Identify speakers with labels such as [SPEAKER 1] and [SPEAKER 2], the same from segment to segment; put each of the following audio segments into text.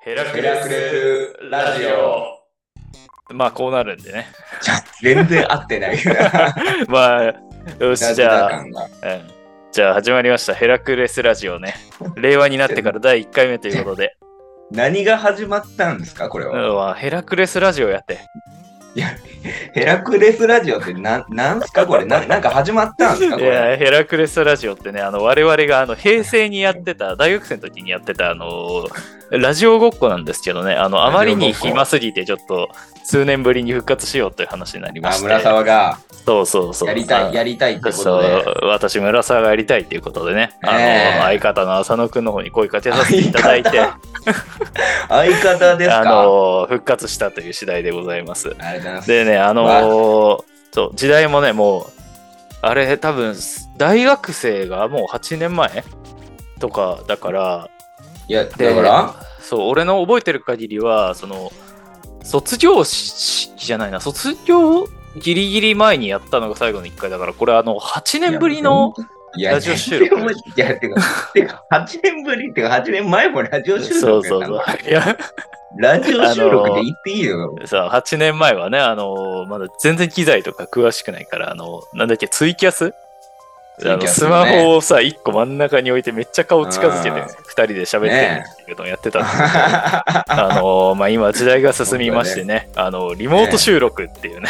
[SPEAKER 1] ヘ
[SPEAKER 2] ラクレスラジオ。
[SPEAKER 1] まあこうなるんでね。
[SPEAKER 2] 全然合ってないよな。
[SPEAKER 1] まあ、よし、じ
[SPEAKER 2] ラジ
[SPEAKER 1] ゃ
[SPEAKER 2] オ
[SPEAKER 1] あ、
[SPEAKER 2] 感が
[SPEAKER 1] うんじゃあ始まりました。ヘラクレスラジオね。令和になってから第1回目ということ で。
[SPEAKER 2] 何が始まったんですかこれ
[SPEAKER 1] う
[SPEAKER 2] は。
[SPEAKER 1] んまあヘラクレスラジオやって。
[SPEAKER 2] ヘラクレスラジオってなんなんすかこれな。なんか始まったんですか
[SPEAKER 1] い
[SPEAKER 2] これ。
[SPEAKER 1] や、ヘラクレスラジオってね、あの我々があの平成にやってた、大学生の時にやってた、あのラジオごっこなんですけどね、あのあまりに暇すぎて、ちょっと数年ぶりに復活しようという話になりま
[SPEAKER 2] あ、
[SPEAKER 1] して。
[SPEAKER 2] 村沢が
[SPEAKER 1] そうそうそう。
[SPEAKER 2] やりたい、やりたいってこ
[SPEAKER 1] そ
[SPEAKER 2] とで。
[SPEAKER 1] う私、村沢がやりたいっていうことでね、あの
[SPEAKER 2] ええ
[SPEAKER 1] 相方の浅野くんの方に声かけさせていただいて、あ
[SPEAKER 2] 相方ですか
[SPEAKER 1] の復活したという次第でございます。
[SPEAKER 2] ありがとうございます。
[SPEAKER 1] でね、あ
[SPEAKER 2] わ
[SPEAKER 1] のそう時代もね、もう、あれ、多分大学生がもう8年前とかだから、
[SPEAKER 2] いや、だ
[SPEAKER 1] で
[SPEAKER 2] から
[SPEAKER 1] そう、俺の覚えてる限りは、その、卒業式じゃないな、卒業ギリギリ前にやったのが最後の1回だから、これ、あの、8年ぶりの。
[SPEAKER 2] いや
[SPEAKER 1] ラジオ収録
[SPEAKER 2] 全然覚えてないいや、てか、てか8年ぶりってか、8年前もラジオ収録
[SPEAKER 1] そう
[SPEAKER 2] や
[SPEAKER 1] そ
[SPEAKER 2] っ
[SPEAKER 1] う
[SPEAKER 2] た
[SPEAKER 1] そ
[SPEAKER 2] の
[SPEAKER 1] う。いや、
[SPEAKER 2] ラジオ収録で言っていいよ。
[SPEAKER 1] さあ、8年前はね、あのーまだ全然機材とか詳しくないから、あのーなんだっけ、ツイキャス
[SPEAKER 2] ツイキャスね
[SPEAKER 1] あのスマホをさ、1個真ん中に置いてめっちゃ顔近づけて、
[SPEAKER 2] うん
[SPEAKER 1] 2人で喋ってるっていうのをやってたんですけど、
[SPEAKER 2] あ
[SPEAKER 1] あのーまあ、今時代が進みまして ね、あのーリモート収録っていうね、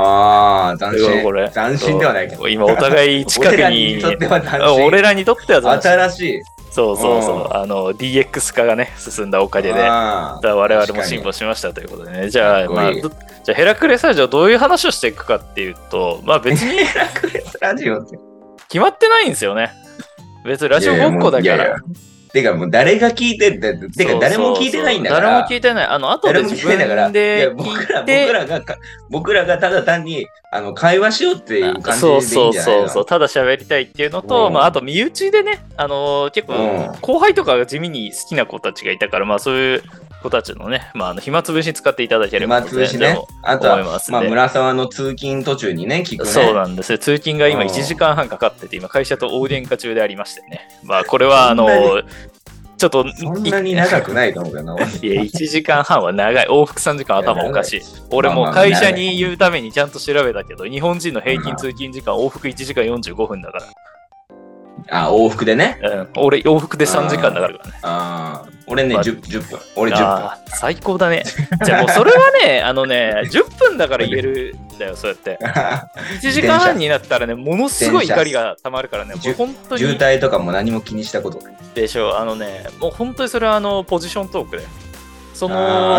[SPEAKER 2] あー、斬
[SPEAKER 1] これ
[SPEAKER 2] 新。斬新ではないけど。
[SPEAKER 1] 今お互い近く
[SPEAKER 2] 俺ら
[SPEAKER 1] に、
[SPEAKER 2] とっては斬
[SPEAKER 1] あ
[SPEAKER 2] 新。
[SPEAKER 1] 俺らにとっては斬新
[SPEAKER 2] 新しい。
[SPEAKER 1] そうそうそうう、あのー DX 化がね、進んだおかげで、
[SPEAKER 2] あー
[SPEAKER 1] だ我々も進歩しましたということでね。じゃ
[SPEAKER 2] か
[SPEAKER 1] あ、
[SPEAKER 2] っこ
[SPEAKER 1] まあ、
[SPEAKER 2] いい
[SPEAKER 1] どじゃあヘラクレスラジオどういう話をしていくかっていうと、まあ別 に
[SPEAKER 2] 確かにラジオって。
[SPEAKER 1] 決まってないんですよね。別にラジオごっこだか
[SPEAKER 2] いやいや
[SPEAKER 1] ら。。
[SPEAKER 2] てかもう誰が聞いてるって、て
[SPEAKER 1] そうそ
[SPEAKER 2] か
[SPEAKER 1] う
[SPEAKER 2] 誰も聞いてないんだか
[SPEAKER 1] 誰も
[SPEAKER 2] ら。
[SPEAKER 1] 聞いてない。あの、後で
[SPEAKER 2] 誰も聞
[SPEAKER 1] 自
[SPEAKER 2] いてないんだから。
[SPEAKER 1] 分
[SPEAKER 2] いや
[SPEAKER 1] で
[SPEAKER 2] 僕
[SPEAKER 1] 聞
[SPEAKER 2] ら
[SPEAKER 1] い
[SPEAKER 2] 僕
[SPEAKER 1] て、
[SPEAKER 2] らがか僕らがただ単にあの会話しようっていう感じでい
[SPEAKER 1] そ
[SPEAKER 2] い
[SPEAKER 1] うん
[SPEAKER 2] じゃ
[SPEAKER 1] そうそ
[SPEAKER 2] ないの
[SPEAKER 1] うそう、ただ喋りたいっていうのと、
[SPEAKER 2] うん
[SPEAKER 1] まああと身内でね、あのー結構
[SPEAKER 2] うん
[SPEAKER 1] 後輩とかが地味に好きな子たちがいたから、まあそういう子たちのね、まああの暇つぶしに使っていただければ
[SPEAKER 2] 暇つぶしね
[SPEAKER 1] と
[SPEAKER 2] あと
[SPEAKER 1] 思い
[SPEAKER 2] は、
[SPEAKER 1] ますん
[SPEAKER 2] まあ、
[SPEAKER 1] で。
[SPEAKER 2] 村沢の通勤途中にね、聞くね。
[SPEAKER 1] そうなんですよ通勤が今
[SPEAKER 2] うん
[SPEAKER 1] 1時間半かかってて、今会社と大喧嘩中でありましてね。まあこれはあの
[SPEAKER 2] そんな、
[SPEAKER 1] ちょっと、
[SPEAKER 2] そんなに長くないと思うけどな。
[SPEAKER 1] いや、1時間半は長い。往復3時間頭おかしい。俺もう会社に言うためにちゃんと調べたけど、日本人の平均通勤時間往復1時間45分だか
[SPEAKER 2] あ、往復でね。
[SPEAKER 1] ら。うん、俺往復で3時間だからね。
[SPEAKER 2] あー俺ね、
[SPEAKER 1] まあ
[SPEAKER 2] 10, 10分。俺10分。
[SPEAKER 1] あー最高だね。じゃあもうそれはね、 あのね、10分だから言えるんだよ、そうやって。1時間半になったらね、ものすごい怒りがたまるからね、もう本当に。
[SPEAKER 2] 渋滞とかも何も気にしたことない。
[SPEAKER 1] でしょうあのねもう本当にそれはあのポジショントークでそ
[SPEAKER 2] あ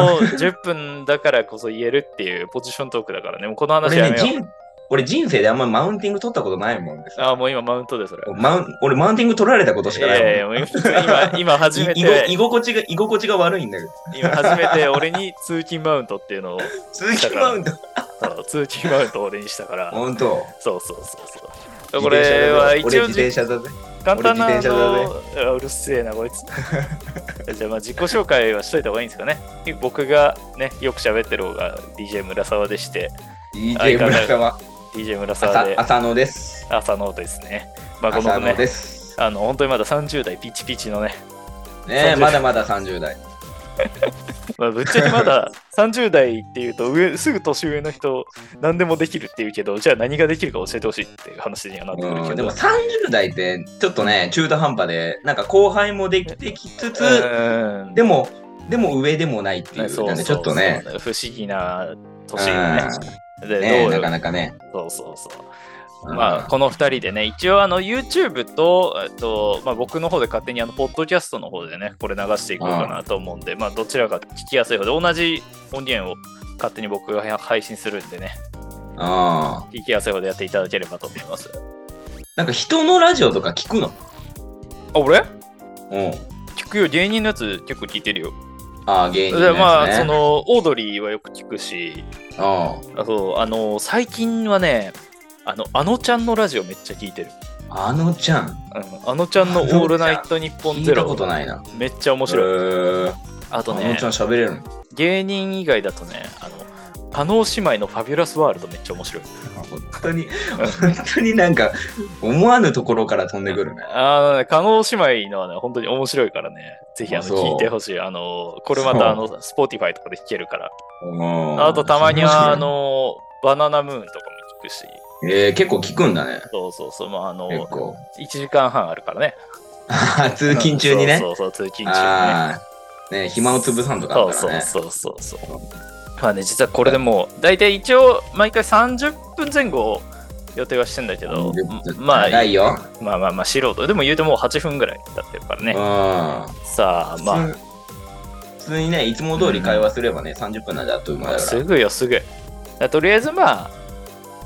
[SPEAKER 1] の10分だからこそ言えるっていうポジショントークだからねもうこの話
[SPEAKER 2] 俺
[SPEAKER 1] や
[SPEAKER 2] ね
[SPEAKER 1] めよう、
[SPEAKER 2] 人、俺人生であんまりマウンティング取ったことないもんでさ。
[SPEAKER 1] あもう今マウントでそれ
[SPEAKER 2] マウン俺マウンティング取られたことし
[SPEAKER 1] い
[SPEAKER 2] かな
[SPEAKER 1] やい
[SPEAKER 2] い
[SPEAKER 1] や
[SPEAKER 2] もん。
[SPEAKER 1] もう今今初め
[SPEAKER 2] い居
[SPEAKER 1] て
[SPEAKER 2] 居心地が居心地が悪いんだけど。
[SPEAKER 1] 今初めて俺に通勤マウントっていうのを
[SPEAKER 2] 通勤マウント。
[SPEAKER 1] そう通勤マウントを俺にしたから
[SPEAKER 2] 本当。
[SPEAKER 1] そうそうそうそうこれは一
[SPEAKER 2] 俺
[SPEAKER 1] 応
[SPEAKER 2] 自転車だぜ。
[SPEAKER 1] 簡単なあ
[SPEAKER 2] 俺自転車だね
[SPEAKER 1] のあうるせえなこいつ じゃあまあ自己紹介はしといた方がいいんですかね僕がねよく喋ってる方が DJ 村沢でして
[SPEAKER 2] DJ 村沢。
[SPEAKER 1] DJ 村沢
[SPEAKER 2] 浅
[SPEAKER 1] で
[SPEAKER 2] 浅野です。
[SPEAKER 1] 朝の音ですね。まあ、この
[SPEAKER 2] 浅野で
[SPEAKER 1] ね、
[SPEAKER 2] す。
[SPEAKER 1] あの本当にまだ30代ピチピチのね、
[SPEAKER 2] ねえ
[SPEAKER 1] 30
[SPEAKER 2] まだまだ30代。
[SPEAKER 1] まあ、ぶっちゃけま だ30代っていうと上、すぐ年上の人、何でもできるっていうけど、じゃあ何ができるか教えてほしいっていう話にはなってくる
[SPEAKER 2] う
[SPEAKER 1] け
[SPEAKER 2] ん、
[SPEAKER 1] ど。
[SPEAKER 2] でも30代ってちょっとね中途半端でなんか後輩もできてきつつ、
[SPEAKER 1] うん
[SPEAKER 2] でもでも上でもないっていうなんでちょっとね、
[SPEAKER 1] そう不思議な
[SPEAKER 2] うん
[SPEAKER 1] 年ね。で
[SPEAKER 2] ね
[SPEAKER 1] どう
[SPEAKER 2] なかなかね、
[SPEAKER 1] そうそうそう。
[SPEAKER 2] うん
[SPEAKER 1] まあ、この2人でね、一応あの YouTube と、えっとまあ、僕の方で勝手にあのポッドキャストの方でね、これ流していこうかなと思うんで、まあ、どちらか聞きやすい方で、同じ音源を勝手に僕が配信するんでね、
[SPEAKER 2] あ
[SPEAKER 1] 聞きやすい方でやっていただければと思います。
[SPEAKER 2] なんか人のラジオとか聞くの
[SPEAKER 1] あ、俺
[SPEAKER 2] うん
[SPEAKER 1] 聞くよ、芸人のやつ結構聞いてるよ。
[SPEAKER 2] ああ芸人の
[SPEAKER 1] で
[SPEAKER 2] やつね
[SPEAKER 1] まあ、その、オードリーはよく聞くし、
[SPEAKER 2] あ
[SPEAKER 1] あと、あの、最近はね、あの、あのちゃんのラジオめっちゃ聞いてる。
[SPEAKER 2] ああのちゃん
[SPEAKER 1] うんあのちゃんのオールナイトニッポン
[SPEAKER 2] 聞
[SPEAKER 1] ゼ
[SPEAKER 2] いたこ
[SPEAKER 1] ロ
[SPEAKER 2] と、ないな
[SPEAKER 1] めっちゃ面白い。
[SPEAKER 2] へー
[SPEAKER 1] あと
[SPEAKER 2] あ
[SPEAKER 1] ね
[SPEAKER 2] のちゃん、喋れるの
[SPEAKER 1] 芸人以外だとねあの加納姉妹のファビュラスワールドめっちゃ面白い。
[SPEAKER 2] 本当に、本当になんか、思わぬところから飛んでくるね。
[SPEAKER 1] あのね、加納姉妹のはね、本当に面白いからね、ぜひあの
[SPEAKER 2] あそう
[SPEAKER 1] 聞いてほしい。あの、これま
[SPEAKER 2] そう
[SPEAKER 1] たあの、スポーティファイとかで聴けるから。
[SPEAKER 2] うん
[SPEAKER 1] あとたまに はあ、の、バナナムーンとかも聞くし、
[SPEAKER 2] えー、結構聞くんだね。
[SPEAKER 1] そうそうそう、まああの、
[SPEAKER 2] 結構。
[SPEAKER 1] 1時間半あるからね。
[SPEAKER 2] あー通勤中にね。
[SPEAKER 1] そうそうそう、通勤中にね。
[SPEAKER 2] ああ、ね、暇を潰さんとかあったらね。
[SPEAKER 1] そうそうそうそうそうまあね実はこれでもう大体一応毎回30分前後予定はしてんだけどまあ
[SPEAKER 2] 長いよ。
[SPEAKER 1] まあまあまあ素人でも言うてもう8分ぐらい経ってるから
[SPEAKER 2] う
[SPEAKER 1] ね、
[SPEAKER 2] ん。
[SPEAKER 1] さあまあ
[SPEAKER 2] 普通普通にね、いつも通り会話すればね、30分なんであっという間
[SPEAKER 1] まあ
[SPEAKER 2] だから。
[SPEAKER 1] すぐよすぐだからとりあえずまあ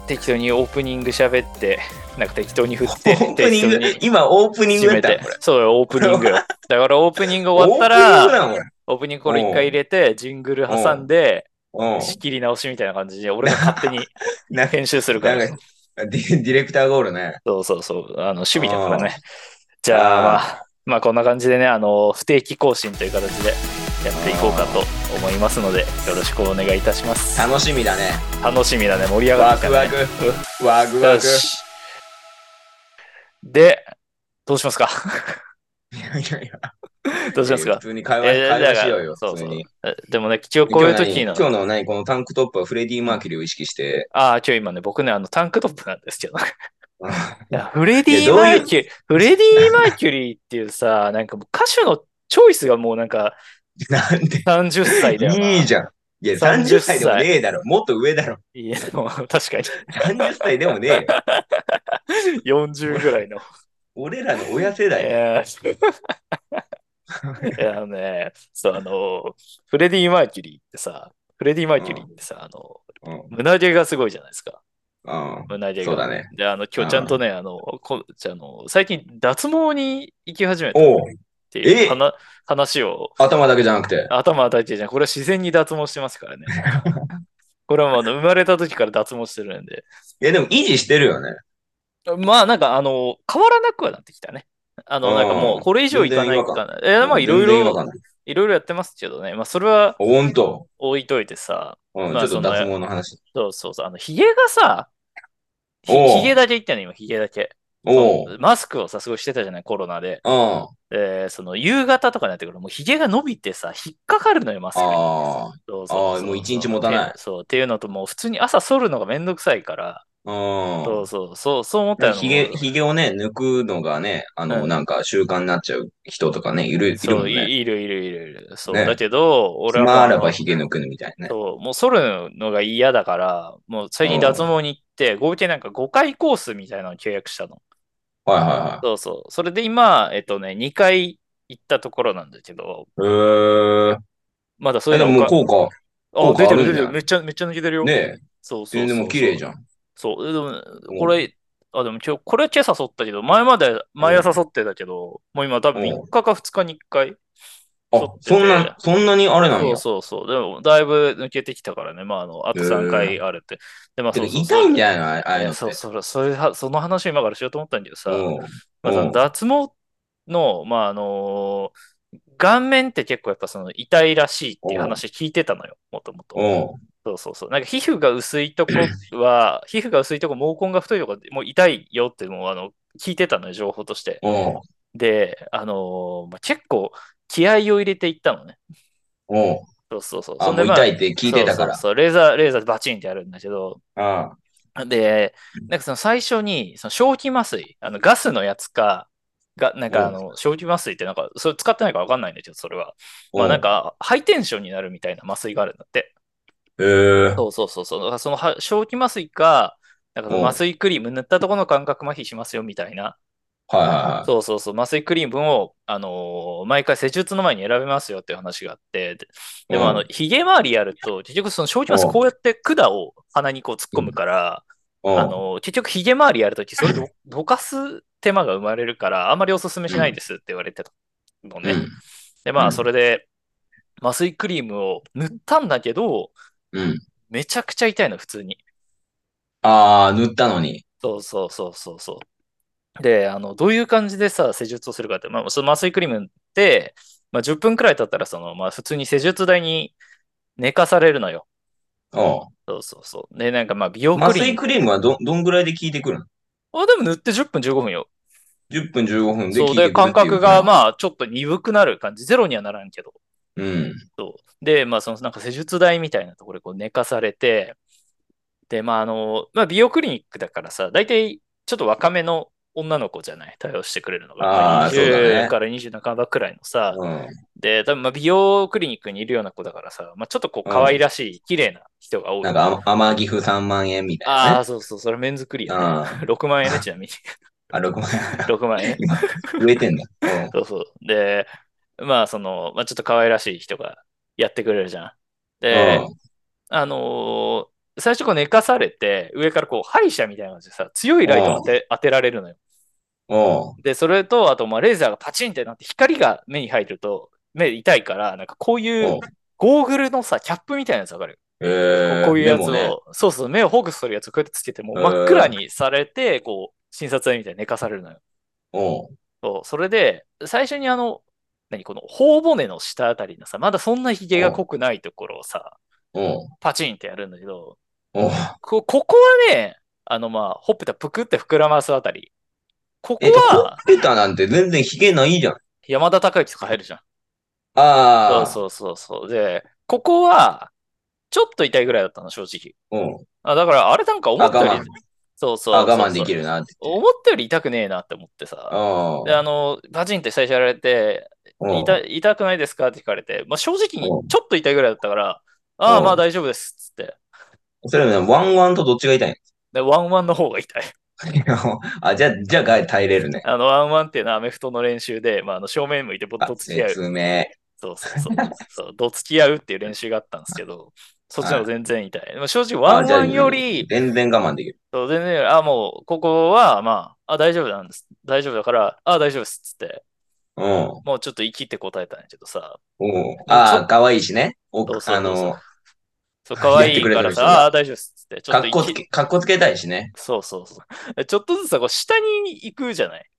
[SPEAKER 1] 適当にオープニング喋ってなんか適当に振って
[SPEAKER 2] オープニング
[SPEAKER 1] 適、
[SPEAKER 2] 今オープニン
[SPEAKER 1] 当
[SPEAKER 2] グ
[SPEAKER 1] に決
[SPEAKER 2] だった
[SPEAKER 1] め
[SPEAKER 2] よ
[SPEAKER 1] て
[SPEAKER 2] これ。
[SPEAKER 1] そうよオープニング よだからオープニング終わった
[SPEAKER 2] オープニング
[SPEAKER 1] ら
[SPEAKER 2] だもん
[SPEAKER 1] オープニングこれ一回入れてジングル挟んで
[SPEAKER 2] うん
[SPEAKER 1] 仕切り直しみたいな感じで俺が勝手に
[SPEAKER 2] なんか
[SPEAKER 1] 編集するから
[SPEAKER 2] なんかディディレクターゴールね。
[SPEAKER 1] そうそうそう、あの趣味だからね。じ
[SPEAKER 2] じ
[SPEAKER 1] ゃあ、まあ、まあ、こんな感じでね、あの不定期更新という形でやっていこうかと思いますので、よろしくお願いいたします。
[SPEAKER 2] 楽しみだね。
[SPEAKER 1] 楽しみだね、盛り上が
[SPEAKER 2] ワ
[SPEAKER 1] って
[SPEAKER 2] ク
[SPEAKER 1] きた
[SPEAKER 2] ワ
[SPEAKER 1] ね。
[SPEAKER 2] ク。ワクワ
[SPEAKER 1] よ
[SPEAKER 2] ク。
[SPEAKER 1] し。で、どうしますか
[SPEAKER 2] いやいやいや
[SPEAKER 1] どうします
[SPEAKER 2] 普
[SPEAKER 1] か
[SPEAKER 2] 通に会話,、
[SPEAKER 1] えー
[SPEAKER 2] 会
[SPEAKER 1] だ
[SPEAKER 2] 話
[SPEAKER 1] か
[SPEAKER 2] しよう
[SPEAKER 1] ら
[SPEAKER 2] よ。
[SPEAKER 1] そう
[SPEAKER 2] 普
[SPEAKER 1] そ
[SPEAKER 2] 通
[SPEAKER 1] う
[SPEAKER 2] に。
[SPEAKER 1] えでもね、一応こういう時
[SPEAKER 2] 今
[SPEAKER 1] の
[SPEAKER 2] 日、何今日の何このタンクトップはフレディ・マーキュリーを意識して。
[SPEAKER 1] ああ、今日今ね、僕ね、あのタンクトップなんですけど、いやフレデ
[SPEAKER 2] い
[SPEAKER 1] ィ・
[SPEAKER 2] やど
[SPEAKER 1] マ
[SPEAKER 2] ういう
[SPEAKER 1] ーキュリー、フレディ・マーキュリーっていうさ、なんかもう歌手のチョイスがもうなんか
[SPEAKER 2] なんで
[SPEAKER 1] 30歳だよな。
[SPEAKER 2] いいじゃん。いや、
[SPEAKER 1] 30
[SPEAKER 2] 30歳でもねえだろ。もっと上だろ。
[SPEAKER 1] いや、でも確かに
[SPEAKER 2] 30歳でもねえよ。
[SPEAKER 1] 40ぐら いの。
[SPEAKER 2] 俺らの親世
[SPEAKER 1] い
[SPEAKER 2] 代。
[SPEAKER 1] や、いやあのね、そう、あの、フレディ・マーキュリーってさ、フレディ・マーキュリーってさ、あの、
[SPEAKER 2] うん
[SPEAKER 1] 胸毛がすごいじゃないですか。
[SPEAKER 2] うん。
[SPEAKER 1] 胸毛が。
[SPEAKER 2] そうだね。
[SPEAKER 1] で、あの、今日ちゃんとね、あの、こじゃああの最近脱毛に行き始めたっ
[SPEAKER 2] おう
[SPEAKER 1] ていう
[SPEAKER 2] え
[SPEAKER 1] 話話を、
[SPEAKER 2] 頭だけじゃなくて。
[SPEAKER 1] 頭与えてじゃん。これは自然に脱毛してますから ね。これはもうあの生まれた時から脱毛してるんで。
[SPEAKER 2] いや、でも維持してるよね。
[SPEAKER 1] まあなんかあの変わらなくはなってきたね。あの
[SPEAKER 2] うん
[SPEAKER 1] なんかもうこれ以上いかないかな。えまあいろい
[SPEAKER 2] 全然違和
[SPEAKER 1] ろ
[SPEAKER 2] 感ない。
[SPEAKER 1] いろいろやってますけどね。まあそれは
[SPEAKER 2] ほんと。
[SPEAKER 1] 置いといてさ。
[SPEAKER 2] うん、
[SPEAKER 1] まあ
[SPEAKER 2] ちょ
[SPEAKER 1] そ
[SPEAKER 2] っと
[SPEAKER 1] の
[SPEAKER 2] 脱毛の話。
[SPEAKER 1] そうそうそう。あのヒゲがさ、ひ
[SPEAKER 2] おう
[SPEAKER 1] ヒゲだけ言ったの今ヒゲだけ。
[SPEAKER 2] おう。
[SPEAKER 1] マスクをさすごいしてたじゃないコロナで。
[SPEAKER 2] うん。あ
[SPEAKER 1] えーその夕方とかになってくるともうヒゲが伸びてさ引っかかるのよマスクに。
[SPEAKER 2] あ
[SPEAKER 1] そうそう
[SPEAKER 2] あー
[SPEAKER 1] そ
[SPEAKER 2] もう一日持たない
[SPEAKER 1] てそう、っていうのと、もう普通に朝剃るのがめんどくさいから、
[SPEAKER 2] ー。う
[SPEAKER 1] そ
[SPEAKER 2] ん
[SPEAKER 1] う。そう、そう、そう思ったら、
[SPEAKER 2] ひげ、ひげをね、抜くのがね、あ
[SPEAKER 1] う
[SPEAKER 2] の、
[SPEAKER 1] ん
[SPEAKER 2] なんか習慣になっちゃう人とかね、いる、いる
[SPEAKER 1] そ
[SPEAKER 2] もん
[SPEAKER 1] う、い
[SPEAKER 2] ね。
[SPEAKER 1] いるいるいるいる。そう、
[SPEAKER 2] ね
[SPEAKER 1] だけど、俺はもう。
[SPEAKER 2] まあ、あらばひげ抜くみたいなね。
[SPEAKER 1] そう、もう剃るのが嫌だから、もう最近脱毛に行って、合計なんか5回コースみたいなのを契約したの。
[SPEAKER 2] はいは
[SPEAKER 1] そうそう。それで今、えっとね、2回行ったところなんだけど、
[SPEAKER 2] いはい。
[SPEAKER 1] まだそ
[SPEAKER 2] えー。
[SPEAKER 1] れで
[SPEAKER 2] でも
[SPEAKER 1] も
[SPEAKER 2] もう効
[SPEAKER 1] あ、出てる
[SPEAKER 2] 効果あるん
[SPEAKER 1] 出
[SPEAKER 2] じ
[SPEAKER 1] てる。
[SPEAKER 2] ゃない
[SPEAKER 1] めっちゃ、めっちゃ抜けてる
[SPEAKER 2] 果。
[SPEAKER 1] よ。
[SPEAKER 2] ね
[SPEAKER 1] そうそう
[SPEAKER 2] え。
[SPEAKER 1] そう。
[SPEAKER 2] でも綺麗じゃん。
[SPEAKER 1] そう、でも、
[SPEAKER 2] ん
[SPEAKER 1] これ、あ、でも今日、これは今朝剃ったけど、前まで、毎朝剃ってたけど、もう今多分
[SPEAKER 2] うん
[SPEAKER 1] 3日か2日に1回。
[SPEAKER 2] あ、そんな、そんなにあれなん
[SPEAKER 1] そ
[SPEAKER 2] や
[SPEAKER 1] う。そうそう。でも、だいぶ抜けてきたからね、まあ、あの、あと3
[SPEAKER 2] へ
[SPEAKER 1] 回あるって。で、まあ、
[SPEAKER 2] け
[SPEAKER 1] そ
[SPEAKER 2] ど
[SPEAKER 1] うそう
[SPEAKER 2] 痛いんじゃないのあああ
[SPEAKER 1] い
[SPEAKER 2] いうの
[SPEAKER 1] や
[SPEAKER 2] って。
[SPEAKER 1] そうそう、それは、その話を今からしようと思ったんだけどさ、
[SPEAKER 2] うん。
[SPEAKER 1] まあ、その
[SPEAKER 2] うん
[SPEAKER 1] 脱毛の、まあ、あの顔面って結構やっぱその痛いらしいっていう話聞いてたのよ、もともと。
[SPEAKER 2] うん。
[SPEAKER 1] そうそうそう。なんか皮膚が薄いとこ は、皮膚が薄いとこ、毛根が太いとこ、もう痛いよって、もうあの、聞いてたのよ、情報として。
[SPEAKER 2] うん。
[SPEAKER 1] で、あのーまあ、結構気合を入れていったのね。
[SPEAKER 2] うん。
[SPEAKER 1] そうそうそう。
[SPEAKER 2] あ、
[SPEAKER 1] そん
[SPEAKER 2] も
[SPEAKER 1] で
[SPEAKER 2] う
[SPEAKER 1] まあ
[SPEAKER 2] 痛いって聞いてたから。
[SPEAKER 1] そうそうそうレーザー、レーザーでバチンってやるんだけど、
[SPEAKER 2] あ
[SPEAKER 1] で、なんかその最初に、その正気麻酔、あのガスのやつか、がなんかあの正気麻酔ってなんか、それ使ってないから分かんないんだけど、それは。まあなん
[SPEAKER 2] か。
[SPEAKER 1] か、ハイテンションになるみたいな麻酔があるんだって。
[SPEAKER 2] へえ。
[SPEAKER 1] そうそうそうそう。だからそのは正気麻酔か、なんかその
[SPEAKER 2] うん
[SPEAKER 1] 麻酔クリーム塗ったところの感覚麻痺しますよみたいな。
[SPEAKER 2] はいは
[SPEAKER 1] そうそうそう。麻酔クリームを、あのー毎回施術の前に選べますよっていう話があって。ででも、
[SPEAKER 2] うん
[SPEAKER 1] あの、ヒゲ周りやると、結局その正気麻酔こうやって管を鼻にこう突っ込むから、
[SPEAKER 2] いはい。
[SPEAKER 1] あのー結局ヒゲ周りやるとき、それどどかす手間が生まれるから、あんまりおすすめしないですって言われてたの
[SPEAKER 2] うん、
[SPEAKER 1] ね。で、ま
[SPEAKER 2] う
[SPEAKER 1] あ、
[SPEAKER 2] ん
[SPEAKER 1] それで、麻酔クリームを塗ったんだけど、
[SPEAKER 2] うん。うん。
[SPEAKER 1] めちゃくちゃ痛いの、普通に。
[SPEAKER 2] ああ、塗ったのに。
[SPEAKER 1] そうそうそうそうそう。で、あの、どういう感じでさ、施術をするかって、まあ、その麻酔クリームって、まあ、10分くらい経ったら、その、まあ、普通に施術台に寝かされるのよ。
[SPEAKER 2] あ
[SPEAKER 1] そうそうそう。で、なんかまあ、美容
[SPEAKER 2] あ。
[SPEAKER 1] ク
[SPEAKER 2] 麻
[SPEAKER 1] リー
[SPEAKER 2] 酔
[SPEAKER 1] ム。
[SPEAKER 2] クリームはど、どんぐらいで効いてくるの
[SPEAKER 1] あ、でも塗って10分15分よ。
[SPEAKER 2] ?10 分、15分で効
[SPEAKER 1] そ
[SPEAKER 2] いうてくるってい
[SPEAKER 1] で、
[SPEAKER 2] うか
[SPEAKER 1] 感覚が、まあ、ちょっと鈍くなる感じ。ゼロにはならんけど。
[SPEAKER 2] うん。
[SPEAKER 1] そう。で、まあ、その、なんか施術台みたいなところでこう寝かされて、で、まあ、あの、まあ、美容クリニックだからさ、大体、ちょっと若めの女の子じゃない対応してくれるのが。
[SPEAKER 2] あーそうだね
[SPEAKER 1] 20から20半ばくらいのさ、
[SPEAKER 2] うん。
[SPEAKER 1] で、多分まあ美容クリニックにいるような子だからさ、まあ、ちょっとこう、可愛らしい、綺麗な人が多い。
[SPEAKER 2] なんか、あ甘ギフ3万円みたい
[SPEAKER 1] あ
[SPEAKER 2] な、
[SPEAKER 1] あ、
[SPEAKER 2] ね。
[SPEAKER 1] そうそう、それメンズクリア、ね。
[SPEAKER 2] あ
[SPEAKER 1] 6万円ね、ちなみに。
[SPEAKER 2] あ。あ、6万円。
[SPEAKER 1] 6万円。
[SPEAKER 2] 増えてんだ。う ん
[SPEAKER 1] そうそう。で、まあ、その、まあ、ちょっと可愛らしい人がやってくれるじゃん。で、
[SPEAKER 2] うん
[SPEAKER 1] あのー最初こう寝かされて、上からこう、歯医者みたいな感じでさ、強いライトを当て当てられるのよ。
[SPEAKER 2] おう
[SPEAKER 1] で、それと、あと、まあ、レーザーがパチンってなって、光が目に入ると、目痛いから、なんかこういう
[SPEAKER 2] おう。
[SPEAKER 1] ゴーグルのさ、キャップみたいなやつわかる、
[SPEAKER 2] えー、
[SPEAKER 1] こういうやつ
[SPEAKER 2] で
[SPEAKER 1] を、
[SPEAKER 2] もね、
[SPEAKER 1] そうそう、目をフォークスするやつをこうやってつけて、もう
[SPEAKER 2] えー
[SPEAKER 1] 真っ暗にされて、こう、診察台みたいに寝かされるのよ。
[SPEAKER 2] おう
[SPEAKER 1] そう、それで、最初にあの、何この頬骨の下あたりのさ、まだそんなひげが濃くないところをさ、
[SPEAKER 2] おう
[SPEAKER 1] パチンってやるんだけど、
[SPEAKER 2] おう
[SPEAKER 1] こここはね、あのまあ、ほっぺたぷくって膨らますあたり。ここ
[SPEAKER 2] えっと、ほっ
[SPEAKER 1] は
[SPEAKER 2] ぺたなんて全然ヒゲないじゃん。
[SPEAKER 1] 山田孝之とか入るじゃん。
[SPEAKER 2] あ
[SPEAKER 1] そう
[SPEAKER 2] あ。
[SPEAKER 1] そうそうそう。で、ここは、ちょっと痛いぐらいだったの、正直。
[SPEAKER 2] うん
[SPEAKER 1] あだから、あれなんか思
[SPEAKER 2] あ、
[SPEAKER 1] った
[SPEAKER 2] 我
[SPEAKER 1] よ
[SPEAKER 2] 慢
[SPEAKER 1] り、。そうそう
[SPEAKER 2] あ、
[SPEAKER 1] そうそう
[SPEAKER 2] 我慢できるなって。
[SPEAKER 1] 思ったより痛くねえなって思ってさ。
[SPEAKER 2] うん
[SPEAKER 1] で、あの、バチンって最初やられて、
[SPEAKER 2] うん
[SPEAKER 1] 痛痛くないですかって聞かれて、まあ、正直に
[SPEAKER 2] うん
[SPEAKER 1] ちょっと痛いぐらいだったから、ああ、
[SPEAKER 2] うん
[SPEAKER 1] まあ大丈夫ですっつって。
[SPEAKER 2] それはね、ワンワンとどっちが痛い
[SPEAKER 1] で、ワンワンの方が痛い。
[SPEAKER 2] のあ、じゃあ、じゃあ、が耐えれるね。
[SPEAKER 1] あの、ワンワンっていうのはアメフトの練習で、まあ、あの正面向いてボッ
[SPEAKER 2] あ
[SPEAKER 1] と突き合う。
[SPEAKER 2] 説明。
[SPEAKER 1] そうそうそう。そうどつき合うっていう練習があったんですけ ど、そっちの方が全然痛い。でも正直、ワ
[SPEAKER 2] あ
[SPEAKER 1] ン
[SPEAKER 2] じゃあ
[SPEAKER 1] ワンより、
[SPEAKER 2] 全然我慢できる。
[SPEAKER 1] そう全然、あ、もう、ここは、まあ、あ、大丈夫なんです。大丈夫だから、あ、大丈夫です。つって、
[SPEAKER 2] うん。お
[SPEAKER 1] もうちょっと生きって答えたんやけどさ、
[SPEAKER 2] うああ、かわいいしね。お
[SPEAKER 1] そうそう
[SPEAKER 2] あの、
[SPEAKER 1] そう、可愛
[SPEAKER 2] やって
[SPEAKER 1] いか
[SPEAKER 2] くれて
[SPEAKER 1] ら
[SPEAKER 2] る人が
[SPEAKER 1] さ、あ、大丈夫です。つって、ちょ
[SPEAKER 2] か
[SPEAKER 1] っ
[SPEAKER 2] っ
[SPEAKER 1] と
[SPEAKER 2] こ
[SPEAKER 1] 生き、
[SPEAKER 2] つけ、かっこつけたいしね。
[SPEAKER 1] そうそうそう。 ちょっとずつさ、こう下に行くじゃない。っ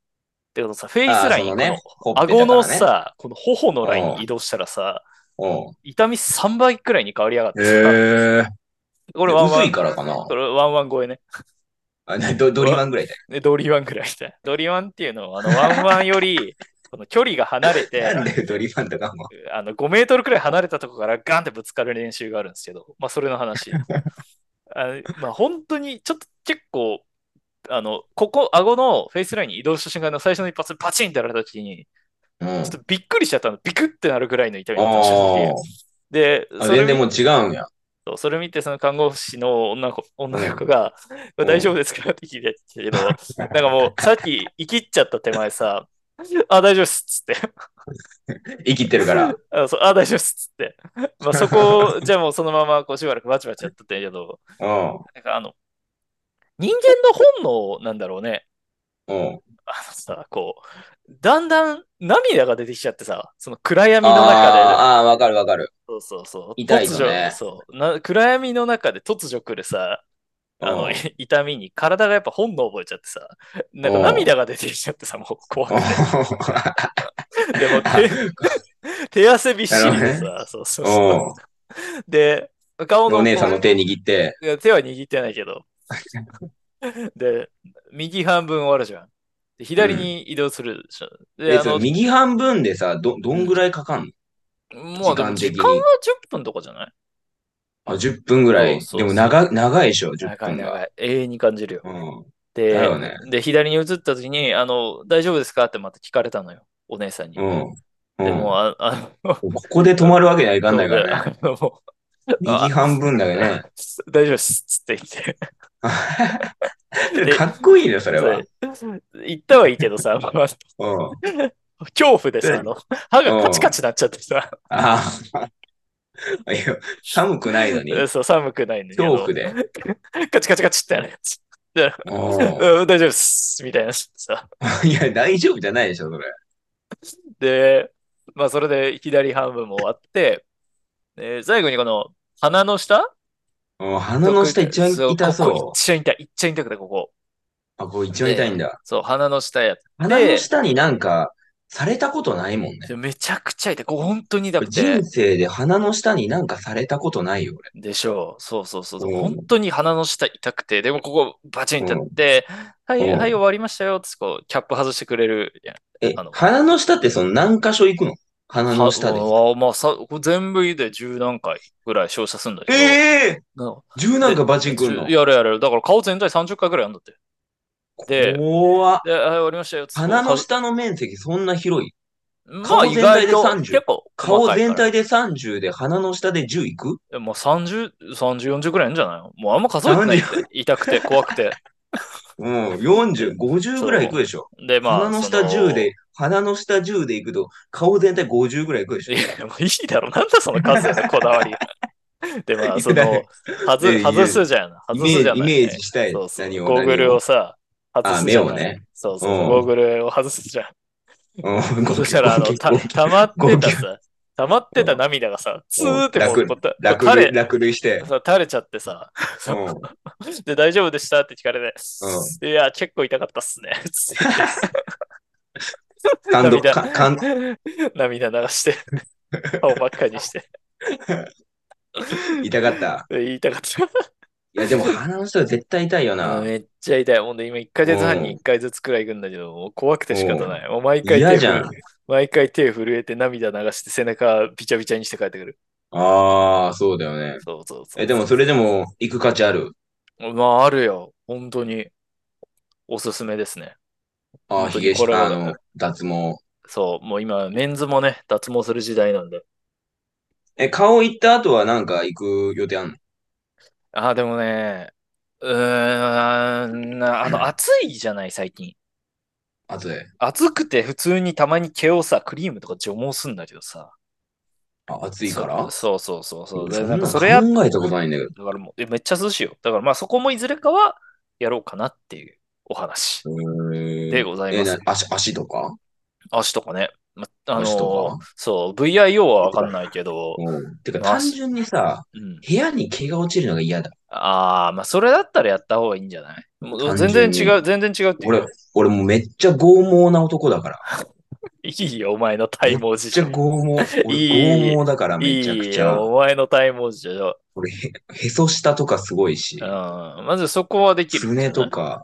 [SPEAKER 1] てことさ、フェイスライン、
[SPEAKER 2] あーそのね
[SPEAKER 1] この
[SPEAKER 2] ほっぺたから
[SPEAKER 1] 顎
[SPEAKER 2] ね
[SPEAKER 1] のさ、この頬のラインに移動したらさ、
[SPEAKER 2] うん。
[SPEAKER 1] 痛み3倍くらいに変わりやがってさ、
[SPEAKER 2] え。
[SPEAKER 1] こ
[SPEAKER 2] こ
[SPEAKER 1] れ
[SPEAKER 2] れ、
[SPEAKER 1] ワンワ
[SPEAKER 2] 薄
[SPEAKER 1] ン
[SPEAKER 2] い、からかな
[SPEAKER 1] こ。れワンワン超えね。
[SPEAKER 2] あねドドリマンぐらいだ
[SPEAKER 1] で、ドリワンくらいしたい。ドリワンっていうのは、あの、ワンワンより、この距離が離れ
[SPEAKER 2] よ。なん
[SPEAKER 1] て、
[SPEAKER 2] でドリマンとかも。
[SPEAKER 1] あの、5メートルくらい離れたとこからガンってぶつかる練習があるんですけど、まあ、それの 話。あのまあ、本当に、ちょっと結構、あの、ここ、顎のフェイスラインに移動した瞬間の最初の一発、パチンってやられた時に、
[SPEAKER 2] うん。
[SPEAKER 1] ちょっとびっくりしちゃったの。ビクってなるぐらいの痛みだったんです
[SPEAKER 2] あ
[SPEAKER 1] よで、
[SPEAKER 2] あ。
[SPEAKER 1] それ
[SPEAKER 2] 全然も
[SPEAKER 1] 見
[SPEAKER 2] う違うんや。
[SPEAKER 1] そうそれ見て、その看護師の女の子女の子が、
[SPEAKER 2] うん
[SPEAKER 1] 大丈夫ですかって聞いてたけど、なんかもう、さっき、生きっちゃった手前さ、あ、大丈夫っすっつって。
[SPEAKER 2] 生きてるから。
[SPEAKER 1] あ、そうあ大丈夫っすっつ って。まあ、そこ、じゃあもうそのまま、こう、しばらくバチバチやってたけど、
[SPEAKER 2] うん。
[SPEAKER 1] なんかあの、人間の本能なんだろうね。
[SPEAKER 2] うん。
[SPEAKER 1] あのさ、こう、だんだん涙が出てきちゃってさ、その暗闇の中で。
[SPEAKER 2] あーあー、わかるわかる。
[SPEAKER 1] そうそうそう。
[SPEAKER 2] 痛いの
[SPEAKER 1] 突如、
[SPEAKER 2] ね
[SPEAKER 1] そうな。暗闇の中で突如来るさ、あ
[SPEAKER 2] う
[SPEAKER 1] の、
[SPEAKER 2] ん
[SPEAKER 1] 痛みに体がやっぱ本能覚えちゃってさ、なんか
[SPEAKER 2] うん
[SPEAKER 1] 涙が出てきちゃってさ、もう怖く
[SPEAKER 2] う
[SPEAKER 1] て。 でも手、 手汗びっしりでさ、
[SPEAKER 2] な
[SPEAKER 1] そうそうそ
[SPEAKER 2] ん。
[SPEAKER 1] う。で、顔の
[SPEAKER 2] お姉さんの
[SPEAKER 1] こ
[SPEAKER 2] 手握って、
[SPEAKER 1] ういや手は握ってないけ ど。で、右半分終わるじゃん。で左に移動するでしょ。で、
[SPEAKER 2] え
[SPEAKER 1] あ
[SPEAKER 2] そ
[SPEAKER 1] の
[SPEAKER 2] の、右半分でさ、ど、どんぐらいかかんの
[SPEAKER 1] もうでも
[SPEAKER 2] 時間的
[SPEAKER 1] 時
[SPEAKER 2] に
[SPEAKER 1] 間は10分とかじゃない
[SPEAKER 2] あ、10分ぐらい。
[SPEAKER 1] そうそうそう
[SPEAKER 2] でも長、長いでしょ、10
[SPEAKER 1] 長い
[SPEAKER 2] 分が。
[SPEAKER 1] 長い。永遠に感じるよ。
[SPEAKER 2] うん。
[SPEAKER 1] で、
[SPEAKER 2] だよね
[SPEAKER 1] で、左に移った時に、あの、大丈夫ですかってまた聞かれたのよ、お姉さんに。
[SPEAKER 2] うん。
[SPEAKER 1] で
[SPEAKER 2] うん
[SPEAKER 1] も、ああの、
[SPEAKER 2] ここで止まるわけにはいかんないからね。
[SPEAKER 1] ね、 あのもう
[SPEAKER 2] 右半分だよね。
[SPEAKER 1] う大丈夫です、つって言って。 で
[SPEAKER 2] かっこいいね、それは。
[SPEAKER 1] そう言ったはいいけどさ、ま あ
[SPEAKER 2] うん。
[SPEAKER 1] 恐怖でさ、あの、歯がカチカチなっちゃってさ、
[SPEAKER 2] ああ。 いや、寒くないのに、
[SPEAKER 1] そう寒くないんだけ
[SPEAKER 2] 恐
[SPEAKER 1] ど
[SPEAKER 2] 怖、で。
[SPEAKER 1] カチカチカチってやるやつ。で
[SPEAKER 2] う
[SPEAKER 1] うん、大丈夫です、みたいなさ。
[SPEAKER 2] ん。いや、大丈夫じゃないでしょ、それ。
[SPEAKER 1] で、まあ、それで左半分も終わって、で最後にこの、鼻の下
[SPEAKER 2] うん、鼻の下一番痛
[SPEAKER 1] ここ
[SPEAKER 2] そ
[SPEAKER 1] 一番痛い。一番痛くて、ここ。
[SPEAKER 2] う。あ、こう一番痛いんだ。
[SPEAKER 1] そう、鼻の下や。
[SPEAKER 2] 鼻の下になんか、されたことないもんね。
[SPEAKER 1] でめちゃくちゃ痛い。こう本当に痛くて
[SPEAKER 2] 人。生で鼻の下になんかされたことないよ、俺。
[SPEAKER 1] でしょう。そうそうそう。
[SPEAKER 2] うん
[SPEAKER 1] 本当に鼻の下痛くて、でもここバチンってなって、はい、
[SPEAKER 2] うん
[SPEAKER 1] はい、終わりましたよ。つってこう、キャップ外してくれるやん。
[SPEAKER 2] え
[SPEAKER 1] あの、
[SPEAKER 2] 鼻の下ってその何箇所行くの鼻の下で。
[SPEAKER 1] はあまあ、さこれ全部で10何回ぐらい照射するんだけど。
[SPEAKER 2] ええ
[SPEAKER 1] な
[SPEAKER 2] ー、十なんかバチンくんの。
[SPEAKER 1] やるやる。だから顔全体30回ぐらいやんだって。で
[SPEAKER 2] 怖っ
[SPEAKER 1] で、はい、終わりましたよ。つって
[SPEAKER 2] 鼻の下の面積そんな広い。
[SPEAKER 1] まあ
[SPEAKER 2] 顔
[SPEAKER 1] 意
[SPEAKER 2] 全
[SPEAKER 1] 外
[SPEAKER 2] 体で
[SPEAKER 1] と
[SPEAKER 2] 30
[SPEAKER 1] 結構細
[SPEAKER 2] 顔
[SPEAKER 1] かい
[SPEAKER 2] 全
[SPEAKER 1] から
[SPEAKER 2] 体で30で鼻の下で10いく
[SPEAKER 1] えまあ30、30、40ぐらいなんじゃないのもうあんま数えてないって。痛くて、怖くて。
[SPEAKER 2] うん、40、50ぐらいいくでしょ。
[SPEAKER 1] で、まあ。
[SPEAKER 2] 鼻の下10で、鼻の下10でいくと、顔全体50ぐらいいくで
[SPEAKER 1] そ
[SPEAKER 2] し
[SPEAKER 1] の。
[SPEAKER 2] ょ
[SPEAKER 1] い。や、もういいだろ。なんだその数のこだ わり。で、まあ、その、
[SPEAKER 2] いや
[SPEAKER 1] 外
[SPEAKER 2] いや
[SPEAKER 1] 外すじゃん。外
[SPEAKER 2] イメ
[SPEAKER 1] すじ
[SPEAKER 2] ー
[SPEAKER 1] ゃ
[SPEAKER 2] ジ
[SPEAKER 1] ん。
[SPEAKER 2] イメージしたい。
[SPEAKER 1] そうそう。
[SPEAKER 2] 何を
[SPEAKER 1] ゴーグルをさ、外
[SPEAKER 2] あ、
[SPEAKER 1] す
[SPEAKER 2] 目
[SPEAKER 1] じゃん。
[SPEAKER 2] をね。
[SPEAKER 1] そうそう
[SPEAKER 2] う
[SPEAKER 1] そ
[SPEAKER 2] ん
[SPEAKER 1] う。ゴーグルを外すじゃん。
[SPEAKER 2] うん、
[SPEAKER 1] そしたら、あの、た、溜まってたさ、溜まってた涙がさ、ツーってこ
[SPEAKER 2] 楽
[SPEAKER 1] う、こうた
[SPEAKER 2] 落
[SPEAKER 1] 垂れ、
[SPEAKER 2] 類、落類し て。
[SPEAKER 1] さ、垂れちゃってさ、
[SPEAKER 2] うん。
[SPEAKER 1] で、大丈夫でしたって聞かれて、
[SPEAKER 2] う
[SPEAKER 1] いや、結構痛かったっすね。つって
[SPEAKER 2] 感動、
[SPEAKER 1] 涙
[SPEAKER 2] か感
[SPEAKER 1] 涙流して、顔ばっかにして、
[SPEAKER 2] 痛かった。
[SPEAKER 1] 言いたかっ
[SPEAKER 2] いや、でも鼻の下は絶対痛いよ
[SPEAKER 1] た。
[SPEAKER 2] な。
[SPEAKER 1] めっちゃ痛い。ほんで、今1ヶ月半
[SPEAKER 2] う
[SPEAKER 1] に
[SPEAKER 2] ん
[SPEAKER 1] 1回ずつくらい行くんだけど、もう怖くて仕方ない。もう毎回手
[SPEAKER 2] 嫌じ
[SPEAKER 1] 震
[SPEAKER 2] ゃ
[SPEAKER 1] え
[SPEAKER 2] ん。
[SPEAKER 1] 毎回手震えて涙流して背中びちゃびちゃにして帰ってくる。
[SPEAKER 2] ああ、そうだよね。
[SPEAKER 1] そうそうそう。
[SPEAKER 2] え、でもそれでも行く価値ある。
[SPEAKER 1] まあ、あるよ。本当に。おすすめですね。
[SPEAKER 2] ああ、
[SPEAKER 1] 本当
[SPEAKER 2] ひ
[SPEAKER 1] に
[SPEAKER 2] げ
[SPEAKER 1] これは
[SPEAKER 2] 下の脱毛。
[SPEAKER 1] そう、もう今、メンズもね、脱毛する時代なんで。
[SPEAKER 2] え、顔行った後はなんか行く予定あんの
[SPEAKER 1] ああ、でもね、うーん、あ の、暑いじゃない、最近。
[SPEAKER 2] 後で。
[SPEAKER 1] 暑くて普通にたまに毛をさ、クリームとか除毛すんだけどさ。
[SPEAKER 2] あ、暑いから
[SPEAKER 1] そうそうそうそう。で
[SPEAKER 2] そん
[SPEAKER 1] な
[SPEAKER 2] なんの
[SPEAKER 1] かそれやっ
[SPEAKER 2] 考えたことないんだけど。
[SPEAKER 1] だからもう、えめっちゃ涼しいよ。だからまあそこもいずれかはやろうかなっていうお話で
[SPEAKER 2] で
[SPEAKER 1] ござい
[SPEAKER 2] え、
[SPEAKER 1] ます。
[SPEAKER 2] な足、足とか
[SPEAKER 1] 足とかね。まあの
[SPEAKER 2] 足とか
[SPEAKER 1] そう、VIO はわかんないけど、
[SPEAKER 2] うん。てか単
[SPEAKER 1] 足
[SPEAKER 2] 純にさ、
[SPEAKER 1] うん。
[SPEAKER 2] 部屋に毛が落ちるのが嫌だ。
[SPEAKER 1] ああ、まあそれだったらやった方がいいんじゃないもう
[SPEAKER 2] 単
[SPEAKER 1] 全然
[SPEAKER 2] 純に
[SPEAKER 1] 違う、全然違うっていう。
[SPEAKER 2] 俺、俺もうめっちゃ剛毛な男だから。
[SPEAKER 1] いいよ、お前の体毛
[SPEAKER 2] めっ
[SPEAKER 1] 事
[SPEAKER 2] ち
[SPEAKER 1] 情
[SPEAKER 2] ゃ。剛毛。
[SPEAKER 1] いい
[SPEAKER 2] 俺剛毛だからめちゃく
[SPEAKER 1] いい
[SPEAKER 2] ちゃ。
[SPEAKER 1] よ、お前の体毛事情。
[SPEAKER 2] 俺へ、へそ下とかすごいし
[SPEAKER 1] うん。、まずそこはできる
[SPEAKER 2] す
[SPEAKER 1] んじゃない。
[SPEAKER 2] ねとか。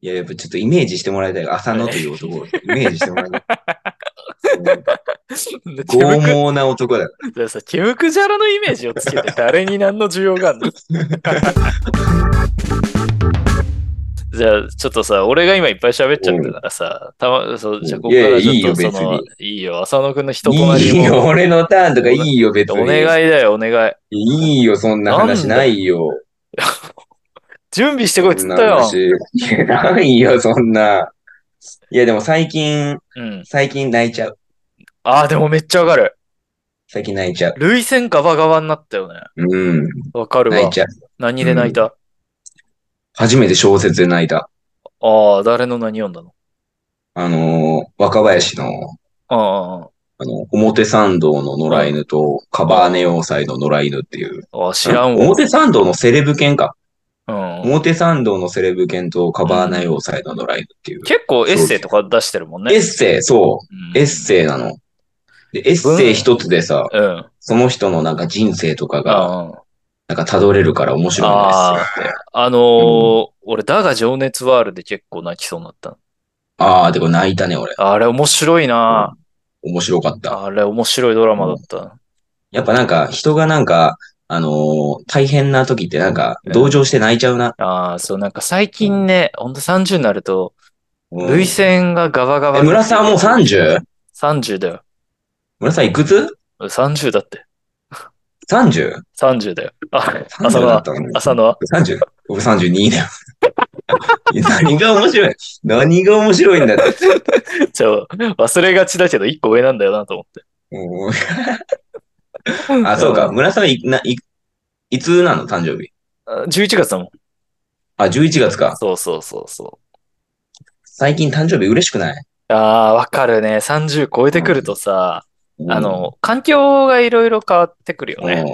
[SPEAKER 2] いや、やっぱちょっとイメージしてもらいたい。浅野という男 をイメージしてもらいたい。うん
[SPEAKER 1] で毛
[SPEAKER 2] 剛
[SPEAKER 1] むく
[SPEAKER 2] 毛な男だよ。
[SPEAKER 1] じゃあさ、ケムクジャラのイメージをつけて誰に何の需要があるの じゃあ、ちょっとさ、俺が今いっぱい喋っちゃったからさ、たま、そう、じゃあ、ここからちょっとそ
[SPEAKER 2] いやいやいいよ
[SPEAKER 1] の、いいよ、浅野くんの人とない
[SPEAKER 2] い
[SPEAKER 1] り
[SPEAKER 2] よ、
[SPEAKER 1] も。
[SPEAKER 2] 俺のターンとかいいよ、別に。
[SPEAKER 1] お願いだよ、お願い。
[SPEAKER 2] いいよ、そんな話ないよ。
[SPEAKER 1] 準備してこいっつ
[SPEAKER 2] そん
[SPEAKER 1] っ
[SPEAKER 2] な
[SPEAKER 1] たよ。
[SPEAKER 2] 話。いや、ないよ、そんな。いや、でも最近、
[SPEAKER 1] うん。
[SPEAKER 2] 最近泣いちゃう。
[SPEAKER 1] ああ、でもめっちゃわかる。
[SPEAKER 2] 最近泣いちゃう。
[SPEAKER 1] 涙腺ガバガバになったよね。
[SPEAKER 2] うん、
[SPEAKER 1] わかる
[SPEAKER 2] 泣い
[SPEAKER 1] わ。
[SPEAKER 2] ちゃう。
[SPEAKER 1] 何で泣いた、
[SPEAKER 2] 初めて小説で泣いた。
[SPEAKER 1] ああ、誰の何読んだの
[SPEAKER 2] あのー若林の、
[SPEAKER 1] あ
[SPEAKER 2] あの、表参道の野良犬と、カバーネ要塞の野良犬っていう。
[SPEAKER 1] あああ、ああ知らんわ。
[SPEAKER 2] 表参道のセレブ犬か。
[SPEAKER 1] うん、
[SPEAKER 2] 表参道のセレブ犬と、カバーネ要塞の野良犬っていう。
[SPEAKER 1] 結構エッセイとか出してるもんね。
[SPEAKER 2] エッセイ、そう。
[SPEAKER 1] うん
[SPEAKER 2] エッセイなの。で、エッセイ一つでさ、
[SPEAKER 1] うん。うん
[SPEAKER 2] その人のなんか人生とか
[SPEAKER 1] あ
[SPEAKER 2] が、なんか辿れるから面白いんですよって。
[SPEAKER 1] のー俺、だが情熱はあるで結構泣きそうになった。
[SPEAKER 2] ああ、でも泣いたね、俺。
[SPEAKER 1] あれ面白いな、
[SPEAKER 2] 面白かった。
[SPEAKER 1] あれ面白いドラマだった。
[SPEAKER 2] やっぱなんか、人がなんか、あのー大変な時ってなんか、同情して泣いちゃうな。
[SPEAKER 1] ああ、そう、なんか最近ね、ほんと30になると、
[SPEAKER 2] うん
[SPEAKER 1] 涙腺がガバガバ。
[SPEAKER 2] え、村さんはもう 30?
[SPEAKER 1] ?30 だよ。
[SPEAKER 2] 村さんいくつ
[SPEAKER 1] 30だって。
[SPEAKER 2] 30?30
[SPEAKER 1] 30だよ。あ、浅野
[SPEAKER 2] だっ
[SPEAKER 1] は
[SPEAKER 2] たのに。
[SPEAKER 1] 浅野は
[SPEAKER 2] 30? 僕32だよ。いや 何が面白い何が面白いんだって。
[SPEAKER 1] ちょ、忘れがちだけど、1個上なんだよなと思って。
[SPEAKER 2] もうあ、そうか。村さんいない、いつなの誕生日。
[SPEAKER 1] あ11月だもん。
[SPEAKER 2] あ、11月か。
[SPEAKER 1] そうそうそうそ。
[SPEAKER 2] 最近誕生日嬉しくないう
[SPEAKER 1] ああ、わかるね。30超えてくるとさ、あ、の、環境がいろいろ変わってくるよ
[SPEAKER 2] うん
[SPEAKER 1] ね。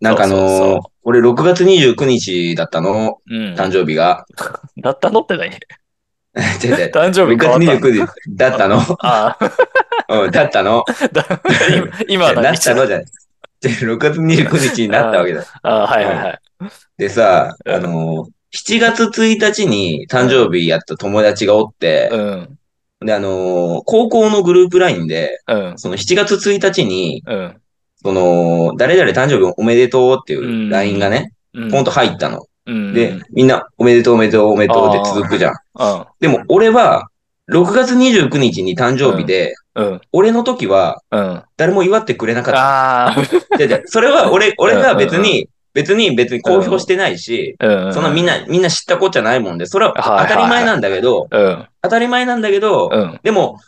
[SPEAKER 2] なんかあのー
[SPEAKER 1] そうそうそう
[SPEAKER 2] 俺6月29日だったの、
[SPEAKER 1] うん。
[SPEAKER 2] 誕生日が。
[SPEAKER 1] だったのって何
[SPEAKER 2] 違う違う
[SPEAKER 1] 誕生日
[SPEAKER 2] 6
[SPEAKER 1] 変わ
[SPEAKER 2] 月
[SPEAKER 1] った。
[SPEAKER 2] 29日だったの。
[SPEAKER 1] ああ。
[SPEAKER 2] うん、だったの。
[SPEAKER 1] だ 今今
[SPEAKER 2] な
[SPEAKER 1] 何
[SPEAKER 2] ったのじゃない。で6月29日になったわけだ。
[SPEAKER 1] あはいはいはい。
[SPEAKER 2] でさ、
[SPEAKER 1] うん
[SPEAKER 2] あの、7月1日に誕生日やった友達がおって
[SPEAKER 1] う、ん。
[SPEAKER 2] で、あの、高校のグループラインで、
[SPEAKER 1] うん。
[SPEAKER 2] その7月1日に、
[SPEAKER 1] うん。
[SPEAKER 2] その、誰々誕生日おめでとうっていうラインがね、
[SPEAKER 1] うん。
[SPEAKER 2] ポンと入ったの。
[SPEAKER 1] うん。
[SPEAKER 2] で
[SPEAKER 1] うん、、
[SPEAKER 2] みんなおめでとうおめでとうおめでとうって続くじゃん。でも俺は、6月29日に誕生日で、
[SPEAKER 1] うん。
[SPEAKER 2] 俺の時は
[SPEAKER 1] うん。
[SPEAKER 2] 誰も祝ってくれなかった。
[SPEAKER 1] ああ、
[SPEAKER 2] じゃじゃそれは俺、俺が別
[SPEAKER 1] うんうん
[SPEAKER 2] に、別に別に公表してないし、
[SPEAKER 1] うん。
[SPEAKER 2] そんなみん
[SPEAKER 1] な、
[SPEAKER 2] な、みんな知ったこっちゃないもんで、それは
[SPEAKER 1] はいはいはい
[SPEAKER 2] 当たり前なんだけど、
[SPEAKER 1] うん。
[SPEAKER 2] 当たり前なんだけど
[SPEAKER 1] う、ん。
[SPEAKER 2] でも、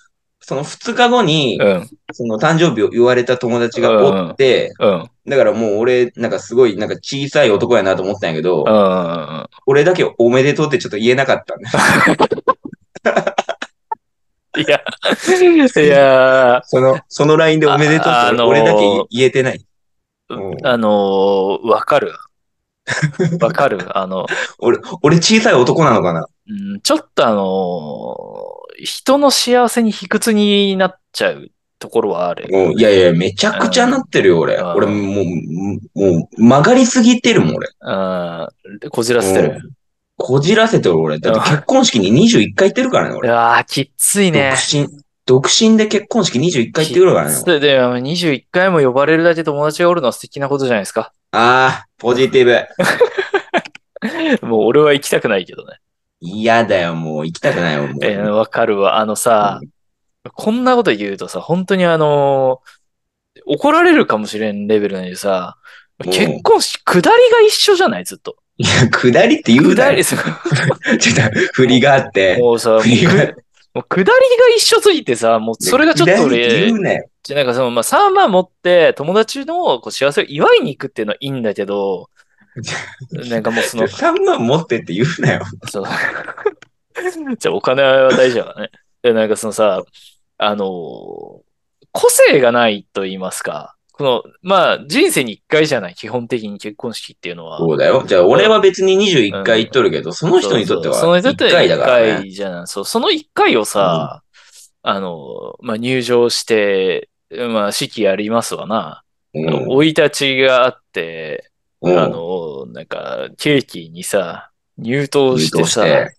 [SPEAKER 2] その2日後に、
[SPEAKER 1] うん。
[SPEAKER 2] その誕生日を言われた友達がおって、
[SPEAKER 1] うん。
[SPEAKER 2] だからもう俺、なんかすごい、なんか小さい男やなと思ったんやけ
[SPEAKER 1] う、
[SPEAKER 2] ど
[SPEAKER 1] ん。
[SPEAKER 2] 俺だけおめでとうってちょっと言えなかったん だよ。
[SPEAKER 1] いや、いやー、
[SPEAKER 2] その、その LINE でおめでとう
[SPEAKER 1] あ
[SPEAKER 2] っ
[SPEAKER 1] あ
[SPEAKER 2] て
[SPEAKER 1] のー
[SPEAKER 2] 俺だけ言えてない。うん
[SPEAKER 1] あのー、わかる。わかる。あの、
[SPEAKER 2] 俺、俺小さい男なのかな
[SPEAKER 1] うんちょっとあのー、人の幸せに卑屈になっちゃうところはある。
[SPEAKER 2] もういやいや、めちゃくちゃなってるよ、俺。
[SPEAKER 1] うん
[SPEAKER 2] 俺、もう、もう、曲がりすぎてるもん、俺。
[SPEAKER 1] うん。でこじらせてる。
[SPEAKER 2] うんこじらせてる、俺。だって結婚式に21回行ってるからね、
[SPEAKER 1] い
[SPEAKER 2] 俺。
[SPEAKER 1] やー、きっついね。
[SPEAKER 2] 独身、独身で結婚式21回行ってくるからね。
[SPEAKER 1] で、で21回も呼ばれるだけ友達がおるのは素敵なことじゃないですか。
[SPEAKER 2] ああ、ポジティブ。
[SPEAKER 1] もう俺は行きたくないけどね。
[SPEAKER 2] 嫌だよ、もう行きたくないよ、もう。
[SPEAKER 1] えーわかるわ。あのさ、こんなこと言うとさ、本当にあのー怒られるかもしれんレベルなんでさ、
[SPEAKER 2] うん
[SPEAKER 1] 結婚式、下りが一緒じゃないずっと。
[SPEAKER 2] いや、下りって言う
[SPEAKER 1] 下
[SPEAKER 2] な
[SPEAKER 1] り
[SPEAKER 2] よ。、ちょっと、振りがあって。
[SPEAKER 1] もうさ、もう
[SPEAKER 2] 振りがあって
[SPEAKER 1] くもう下りが一緒すぎてさ、もうそれがちょっと
[SPEAKER 2] 下りって
[SPEAKER 1] 俺
[SPEAKER 2] 言、うなよ。
[SPEAKER 1] なんかその、まあ、3万持って友達のこう幸せを祝いに行くっていうのはいいんだけ ど、なんかもうその、
[SPEAKER 2] 3万持ってって言うなよ。
[SPEAKER 1] そう。 じゃあお金は大事だからね。で、なんかそのさ、あのー個性がないと言いますか、この、まあ、人生に一回じゃない、基本的に結婚式っていうのは。
[SPEAKER 2] そうだよ。じゃあ、俺は別に21回行っとるけど、その人にとっては
[SPEAKER 1] そうそうその人にと
[SPEAKER 2] 1
[SPEAKER 1] っては
[SPEAKER 2] 回だ
[SPEAKER 1] 一
[SPEAKER 2] からね。
[SPEAKER 1] 回じゃない。そう、その一回をさ、あの、まあ、入場して、まあ、式やりますわな。
[SPEAKER 2] う
[SPEAKER 1] あの
[SPEAKER 2] ん
[SPEAKER 1] 生い立ちがあって、
[SPEAKER 2] うん
[SPEAKER 1] あの、なんか、ケーキにさ、入刀して
[SPEAKER 2] 入刀し
[SPEAKER 1] さ、
[SPEAKER 2] て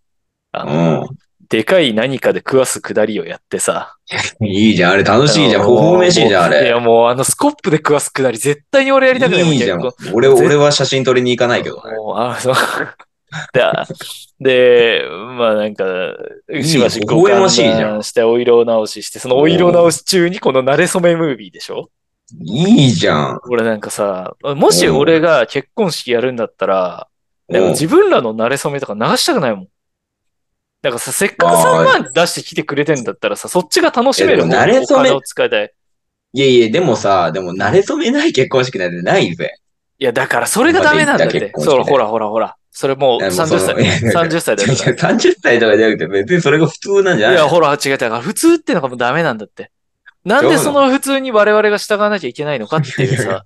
[SPEAKER 1] あの、でかい何かで食わすくだりをやってさ。
[SPEAKER 2] いいじゃん、あれ楽しいじゃん。
[SPEAKER 1] あ
[SPEAKER 2] 微
[SPEAKER 1] の
[SPEAKER 2] 笑ましいじゃん、あ
[SPEAKER 1] い
[SPEAKER 2] れ。
[SPEAKER 1] や、もうあのスコップで食わすくだり、絶対に俺やりたくないもん
[SPEAKER 2] いいじゃん
[SPEAKER 1] 結構。
[SPEAKER 2] 俺、俺は写真撮りに行かないけどね。
[SPEAKER 1] もう、あそう。 で、あで、まあなんか、
[SPEAKER 2] い
[SPEAKER 1] しばし
[SPEAKER 2] 微
[SPEAKER 1] ご
[SPEAKER 2] 笑
[SPEAKER 1] 観
[SPEAKER 2] ましいじゃん
[SPEAKER 1] 覧して、お色直しして、そのお色直し中にこの慣れ初めムービーでしょ
[SPEAKER 2] いいじゃん。
[SPEAKER 1] 俺なんかさ、もし俺が結婚式やるんだったら、でも
[SPEAKER 2] うん
[SPEAKER 1] 自分らの慣れ初めとか流したくないもん。だからさ、せっかく3万出してきてくれてんだったらさ、そっちが楽しめる
[SPEAKER 2] いやでも慣れ初め
[SPEAKER 1] お金を使いたい。
[SPEAKER 2] いやいや、でもさ、でも慣れ初めない結婚式なんてないぜ。
[SPEAKER 1] いや、だからそれがダメなんだっ
[SPEAKER 2] 今
[SPEAKER 1] て
[SPEAKER 2] で言っ。た結婚式
[SPEAKER 1] そう、ほらほらほら。それもう
[SPEAKER 2] いやもうそ
[SPEAKER 1] 30
[SPEAKER 2] の
[SPEAKER 1] 歳
[SPEAKER 2] いや。
[SPEAKER 1] 30歳だ
[SPEAKER 2] い
[SPEAKER 1] よ。
[SPEAKER 2] やいや30歳とかじゃなくて、別にそれが普通なんじゃないい
[SPEAKER 1] や、ほら、違う。だから普通ってのがもうダメなんだって。なんでその普通に我々が従わなきゃいけないのかっていうさ。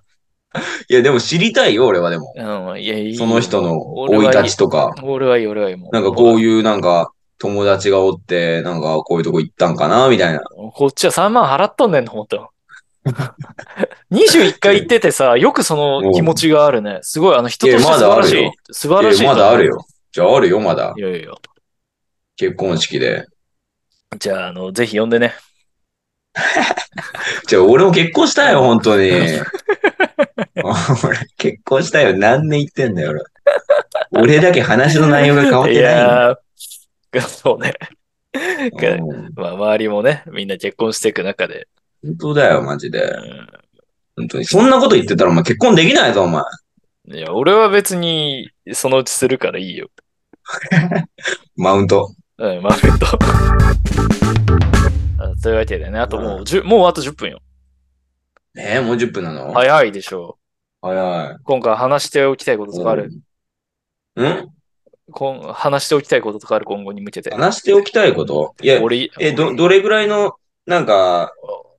[SPEAKER 2] いや、でも知りたいよ、俺はでも。
[SPEAKER 1] うん、いや、いいよ
[SPEAKER 2] その人の生い立ちとか、
[SPEAKER 1] 俺はいい、俺はいい、もう。
[SPEAKER 2] なんかこういうなんか友達がおって、なんかこういうとこ行ったんかな、みたいな。
[SPEAKER 1] こっちは3万払っとんねんの、ほん と。21回行っててさ、よくその気持ちがあるね。すごい、あの人として
[SPEAKER 2] いや
[SPEAKER 1] 素
[SPEAKER 2] まだ
[SPEAKER 1] 晴
[SPEAKER 2] あ
[SPEAKER 1] らし
[SPEAKER 2] る
[SPEAKER 1] い
[SPEAKER 2] よ。
[SPEAKER 1] 素晴らしい。
[SPEAKER 2] いやまだあるよ。。じゃああるよ、まだ
[SPEAKER 1] い。やいやいや。
[SPEAKER 2] 結婚式で。
[SPEAKER 1] じゃあ、あの、ぜひ呼んでね。
[SPEAKER 2] じゃあ俺も結婚したいよ、本 当に。俺、結婚したいよ。何年言ってんだよ、俺。俺だけ話の内容が変わっ
[SPEAKER 1] い
[SPEAKER 2] てないんだ
[SPEAKER 1] やー、そうね。ー
[SPEAKER 2] うん
[SPEAKER 1] まあ、周りもね、みんな結婚していく中で。
[SPEAKER 2] 本当だよ、マジ
[SPEAKER 1] う
[SPEAKER 2] で。本当に。そんなこと言ってたら、お前結婚できないぞ、お前。
[SPEAKER 1] んいや、俺は別に、そのうちするからいいよ。
[SPEAKER 2] マウント。
[SPEAKER 1] うん、マフェット。 あというわけでね、あともう、じゅもうあと10分よ。
[SPEAKER 2] えー、もう10分なの
[SPEAKER 1] 早いでしょ。。
[SPEAKER 2] 早いう
[SPEAKER 1] 今回話しておきたいこととかある。
[SPEAKER 2] うん
[SPEAKER 1] こん話しておきたいこととかある、今後に向けて。
[SPEAKER 2] 話しておきたいこといや、
[SPEAKER 1] 俺、
[SPEAKER 2] え、ど、どれぐらいの、なんか、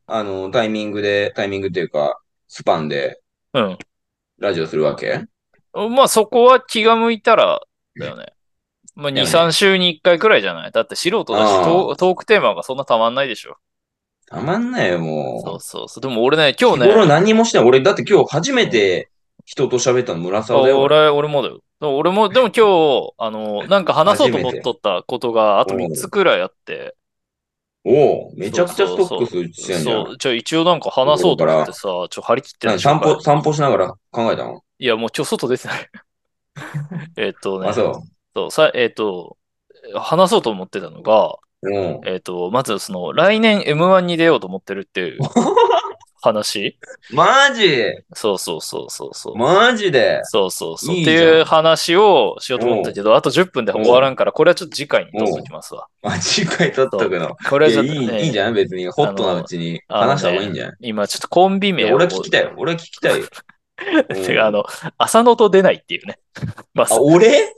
[SPEAKER 2] あの、タイミングで、タイミングっていうか、スパンで
[SPEAKER 1] う
[SPEAKER 2] ラジオするわけ
[SPEAKER 1] ん。まあそこは気が向いたらだよね。まあ2、
[SPEAKER 2] だよね
[SPEAKER 1] 3週に1回くらいじゃないだって素人だし
[SPEAKER 2] ああ
[SPEAKER 1] トー、トークテーマがそんなたまんないでしょ。
[SPEAKER 2] たまんないよ、も
[SPEAKER 1] そうそうそう。でも俺ね、今
[SPEAKER 2] う。
[SPEAKER 1] 日
[SPEAKER 2] 日
[SPEAKER 1] ね、
[SPEAKER 2] 頃何もしてない。俺、だって今日初めて人と喋ったの村沢だ
[SPEAKER 1] あ
[SPEAKER 2] よ。
[SPEAKER 1] 俺俺もだよ。でも俺も、でも今日、あの、なんか話そうと思っとったことが、あと3つくらいあって、
[SPEAKER 2] おおめちゃくちゃストックスしてんじゃ
[SPEAKER 1] そ
[SPEAKER 2] ん。
[SPEAKER 1] う、ちょ、一応なんか話そうと思ってさ、ちょ、張り切って
[SPEAKER 2] なん
[SPEAKER 1] た
[SPEAKER 2] か散歩、散歩しながら考えたの。
[SPEAKER 1] いや、もうちょ、外出て ない。えっとね、
[SPEAKER 2] あ、そ
[SPEAKER 1] そうさえっと、話そうと思ってたのが、
[SPEAKER 2] う。うん。
[SPEAKER 1] えっと、まずその、来年 M1 に出ようと思ってるって いう話
[SPEAKER 2] マジ
[SPEAKER 1] そうそうそうそうそう。
[SPEAKER 2] マジで
[SPEAKER 1] そうそうそう。
[SPEAKER 2] い
[SPEAKER 1] っ
[SPEAKER 2] い
[SPEAKER 1] て
[SPEAKER 2] じゃん
[SPEAKER 1] いう話をしようと思ったけど、あと10分で終わらんから、これはちょっと次回に取っときますわ。
[SPEAKER 2] マジかいとっとくの。
[SPEAKER 1] これはいち
[SPEAKER 2] や
[SPEAKER 1] ょっ
[SPEAKER 2] い
[SPEAKER 1] と、
[SPEAKER 2] い
[SPEAKER 1] ね、
[SPEAKER 2] いいじゃん別に、ホットなうちに
[SPEAKER 1] あの
[SPEAKER 2] 話した方がいいんじゃない
[SPEAKER 1] 今ちょっとコンビ
[SPEAKER 2] い
[SPEAKER 1] 名
[SPEAKER 2] や
[SPEAKER 1] を。
[SPEAKER 2] 俺は聞きたいよ。俺は聞きたいよ。うん
[SPEAKER 1] てか、あの、浅野と出ないっていうね。 まあ
[SPEAKER 2] あ、、 俺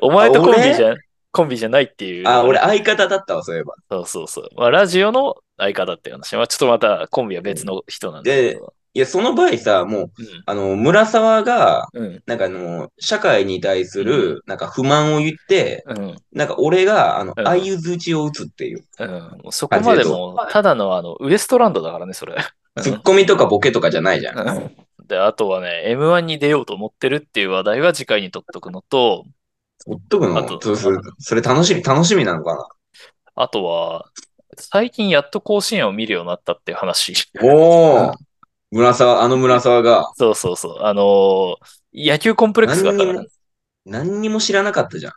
[SPEAKER 1] お前とコンビ
[SPEAKER 2] 俺
[SPEAKER 1] じゃ、コンビじゃないっていう。
[SPEAKER 2] あ、俺相方だったわ、そういえば。
[SPEAKER 1] そうそうそう。まあ、ラジオの相方っていう話は、ちょっとまたコンビは別の人なんだけど。
[SPEAKER 2] いや、その場合さ、もう、
[SPEAKER 1] うん
[SPEAKER 2] あの、村沢が、
[SPEAKER 1] うん。
[SPEAKER 2] なんかあの、社会に対する、なんか不満を言って、
[SPEAKER 1] うん。
[SPEAKER 2] なんか俺が、あの、
[SPEAKER 1] うん
[SPEAKER 2] 相づちを打つっていう。
[SPEAKER 1] うん。もうそこまでもう、ただのあの、ウエストランドだからね、それ。うん
[SPEAKER 2] ツッコミとかボケとかじゃないじゃん。
[SPEAKER 1] で、あとはね、M1 に出ようと思ってるっていう話題は次回に取っとくのと、
[SPEAKER 2] ほっとく
[SPEAKER 1] あ
[SPEAKER 2] の
[SPEAKER 1] と
[SPEAKER 2] そうそうそれ楽しみ、楽しみなのか
[SPEAKER 1] あとは、最近やっと甲子園を見るようになったっていう話。
[SPEAKER 2] なおお村沢、あの村沢が、
[SPEAKER 1] そうそうそう。あのー野球コンプレックスがあったか
[SPEAKER 2] 何
[SPEAKER 1] ら
[SPEAKER 2] に。何にも知らなかったじゃん。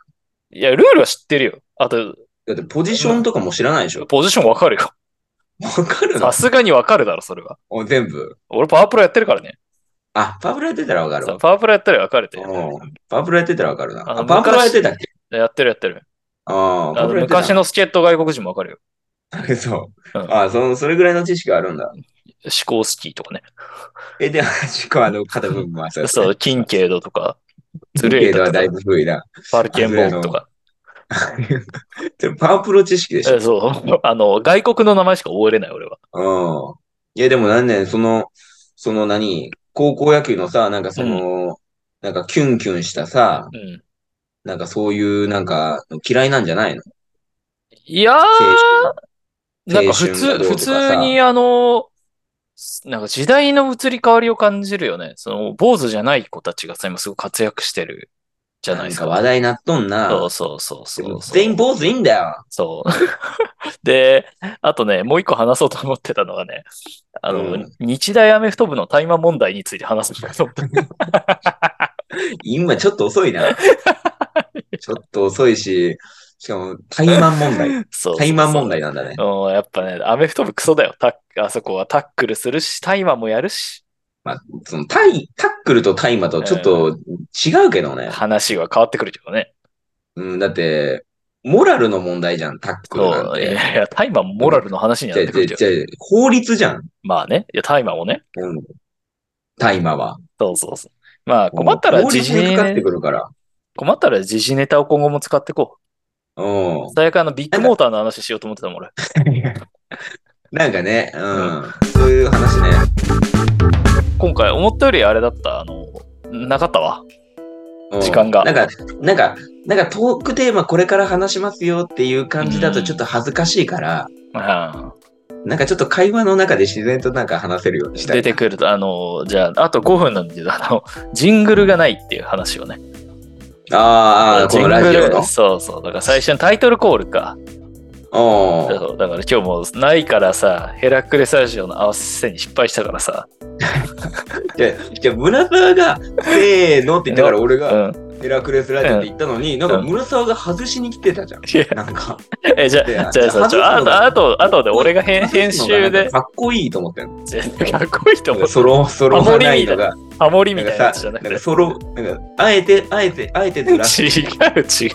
[SPEAKER 1] いや、ルールは知ってるよ。あと、
[SPEAKER 2] だってポジションとかも知らないでしょ。
[SPEAKER 1] ポジションわかるよ。
[SPEAKER 2] わかるの
[SPEAKER 1] さすがにわかるだろ、それは。
[SPEAKER 2] お全部。
[SPEAKER 1] 俺、パワープロやってるからね。
[SPEAKER 2] あ、パワプロやってたらわかる
[SPEAKER 1] そう
[SPEAKER 2] わ。
[SPEAKER 1] パワープロやったらわかるって。
[SPEAKER 2] うんパワプロやってたらわかるな。
[SPEAKER 1] あの
[SPEAKER 2] あパワプロやってたっけ
[SPEAKER 1] やってるやってる。
[SPEAKER 2] ああ、パ
[SPEAKER 1] あ
[SPEAKER 2] ワ
[SPEAKER 1] の
[SPEAKER 2] プロやってた
[SPEAKER 1] 昔のスケット外国人もわかるよ。
[SPEAKER 2] そう。
[SPEAKER 1] うん
[SPEAKER 2] あその、それぐらいの知識があるんだ。
[SPEAKER 1] シコースキーとかね。
[SPEAKER 2] え、で、しかもあの、肩部分はそう。
[SPEAKER 1] そう、キンケイドとか、ズル
[SPEAKER 2] け
[SPEAKER 1] エイ
[SPEAKER 2] ど
[SPEAKER 1] ダ
[SPEAKER 2] は
[SPEAKER 1] とか
[SPEAKER 2] だい、ぶ古いな。
[SPEAKER 1] バルケンボーンとか。
[SPEAKER 2] でもパワプロ知識でし
[SPEAKER 1] えそう。 あの、外国の名前しか覚えれない、俺は。
[SPEAKER 2] ょ。うん。いや、でも何年、その、その何、高校野球のさ、なんかその、なんかキュンキュンしたさ、
[SPEAKER 1] うん。
[SPEAKER 2] なんかそういう、なんか、嫌いなんじゃないの
[SPEAKER 1] いやー、
[SPEAKER 2] 青
[SPEAKER 1] なんか普
[SPEAKER 2] 青春が
[SPEAKER 1] 通、
[SPEAKER 2] どうと
[SPEAKER 1] 普
[SPEAKER 2] かさ
[SPEAKER 1] 通にあの、なんか時代の移り変わりを感じるよね。その、坊主じゃない子たちがさ、今すごい活躍してるじゃない
[SPEAKER 2] 春。なん
[SPEAKER 1] です
[SPEAKER 2] か
[SPEAKER 1] か。
[SPEAKER 2] 話題になっとんな。
[SPEAKER 1] そうそうそうそうそう。
[SPEAKER 2] 全員坊主いいんだよ。
[SPEAKER 1] そう。 で、あとね、もう一個話そうと思ってたのがね、あの、
[SPEAKER 2] うん
[SPEAKER 1] 日大アメフト部の大麻問題について話そうと思った。
[SPEAKER 2] 今ちょっと遅 いな。ちょっと遅いし、しかも、怠慢問
[SPEAKER 1] そ
[SPEAKER 2] 題。
[SPEAKER 1] うそうそう
[SPEAKER 2] 怠慢問題なんだね。
[SPEAKER 1] うん、やっぱね、アメフト部クソだよ。タッあそこはタックルするし、タイマーもやるし、
[SPEAKER 2] そのタイ、タックルと大麻とちょっと違うけどね。
[SPEAKER 1] 話は変わってくるけどね。
[SPEAKER 2] うん、だって、モラルの問題じゃん、タックルなん
[SPEAKER 1] そう、い
[SPEAKER 2] て。
[SPEAKER 1] やいや、タイマーもモラルの話になっ
[SPEAKER 2] じゃ
[SPEAKER 1] てくる
[SPEAKER 2] じ
[SPEAKER 1] け
[SPEAKER 2] ゃ
[SPEAKER 1] ど。
[SPEAKER 2] じゃ法律じゃん。
[SPEAKER 1] まあね、いや、タイマーもね。
[SPEAKER 2] うん。大麻は。
[SPEAKER 1] そうそうそう。まあ、困ったら
[SPEAKER 2] 法
[SPEAKER 1] 時
[SPEAKER 2] 律
[SPEAKER 1] 事
[SPEAKER 2] に
[SPEAKER 1] ネ
[SPEAKER 2] かかってくるから。
[SPEAKER 1] 困ったら時事ネタを今後も使ってこ
[SPEAKER 2] うん
[SPEAKER 1] う。。最悪あの、ビッグモーターの話しようと思ってたもん、俺。
[SPEAKER 2] なんかね、うん。そういう話ね。
[SPEAKER 1] 今回、思ったよりあれだった、あの、なかったわ。
[SPEAKER 2] うん
[SPEAKER 1] 時間が
[SPEAKER 2] なんか、なんか、なんかトークテーマこれから話しますよっていう感じだとちょっと恥ずかしいから、
[SPEAKER 1] うん
[SPEAKER 2] なんかちょっと会話の中で自然となんか話せるようにしたい。
[SPEAKER 1] 出てくると、あの、じゃあ、あと5分なんで、あの、ジングルがないっていう話をね。
[SPEAKER 2] あーあー、このラジオの。
[SPEAKER 1] そうそう。だから最初にタイトルコールか。
[SPEAKER 2] うん
[SPEAKER 1] そうだから今日もうないからさ、ヘラクレスタジオの合わせに失敗したからさ。
[SPEAKER 2] じゃあじゃあ、村沢が、せーのって言ったから俺
[SPEAKER 1] う
[SPEAKER 2] が、
[SPEAKER 1] ん。
[SPEAKER 2] ヘラクレスラジオって言ったのに、なんか村沢が外しに来てたじゃん。
[SPEAKER 1] いや
[SPEAKER 2] なんか、
[SPEAKER 1] え、じゃ
[SPEAKER 2] い
[SPEAKER 1] あ、
[SPEAKER 2] や
[SPEAKER 1] じゃあさ、ちょあと、
[SPEAKER 2] 外すのが
[SPEAKER 1] あと、あとで俺が編編集で、
[SPEAKER 2] かっこいいと思ってんの。
[SPEAKER 1] 全然 かっこいいと思う。
[SPEAKER 2] ソロ、ソロがないのが、
[SPEAKER 1] ハモリ
[SPEAKER 2] な
[SPEAKER 1] み
[SPEAKER 2] ん
[SPEAKER 1] た
[SPEAKER 2] か
[SPEAKER 1] いなやつじ
[SPEAKER 2] さ、
[SPEAKER 1] ゃな
[SPEAKER 2] な
[SPEAKER 1] んくて。
[SPEAKER 2] かソロ、なんか、あえて、あえて、あえて
[SPEAKER 1] 違う
[SPEAKER 2] ずら す。
[SPEAKER 1] 違う。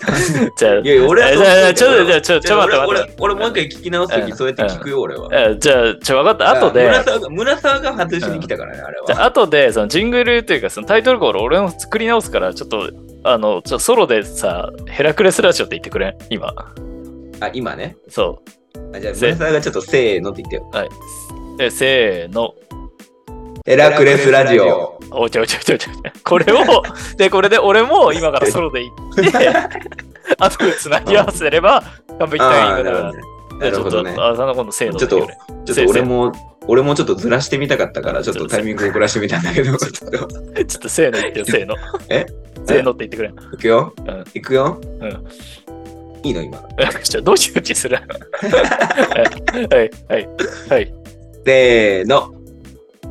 [SPEAKER 1] じゃあ、
[SPEAKER 2] いやいや、俺は
[SPEAKER 1] え
[SPEAKER 2] そ
[SPEAKER 1] じ
[SPEAKER 2] う
[SPEAKER 1] ゃあ
[SPEAKER 2] 思
[SPEAKER 1] じゃ
[SPEAKER 2] う
[SPEAKER 1] あ
[SPEAKER 2] け
[SPEAKER 1] ちょっと、じゃ
[SPEAKER 2] ど。
[SPEAKER 1] あちょ、ちょ、待って待
[SPEAKER 2] 俺
[SPEAKER 1] っ
[SPEAKER 2] 俺俺もう一回聞き直すと
[SPEAKER 1] う
[SPEAKER 2] き
[SPEAKER 1] ん
[SPEAKER 2] そうやって聞くよ、俺は。
[SPEAKER 1] て。えじゃあ、ちょ、分かった。あとで
[SPEAKER 2] 村、沢が村沢が外しに来たからね、あれ
[SPEAKER 1] じ
[SPEAKER 2] は。
[SPEAKER 1] ゃあ後でそのジングルというかそのタイトルコール俺も作り直すからちょっとあのちょソロでさヘラクレスラジオって言ってくれん今
[SPEAKER 2] あ、今ね。
[SPEAKER 1] そ
[SPEAKER 2] あじゃあ、
[SPEAKER 1] せ
[SPEAKER 2] 村沢がちょっとせーのって言ってよ。
[SPEAKER 1] うはいえせーの
[SPEAKER 2] ヘラクレスラジオ。
[SPEAKER 1] おちょおちょおちょおちょこれをでこれで俺も今 からソロで言って後でつなぎ合わせれば完璧タイミングだか
[SPEAKER 2] あ
[SPEAKER 1] ら
[SPEAKER 2] なるほどね
[SPEAKER 1] ちょっとあその今度精度だけどね
[SPEAKER 2] ちょっと俺も、俺もちょっとずらしてみたかったから、ちょっとタイミング遅らしてみたんだけど、ちょっ
[SPEAKER 1] ち
[SPEAKER 2] と。
[SPEAKER 1] ょっとせーの言ってよ、せーの。
[SPEAKER 2] え
[SPEAKER 1] せーのって言ってくれ。
[SPEAKER 2] いくよ
[SPEAKER 1] うん。
[SPEAKER 2] いくよ。
[SPEAKER 1] ん
[SPEAKER 2] いいの、今。
[SPEAKER 1] ちょどうしよう気する はい、はい、はいはい。
[SPEAKER 2] せーの。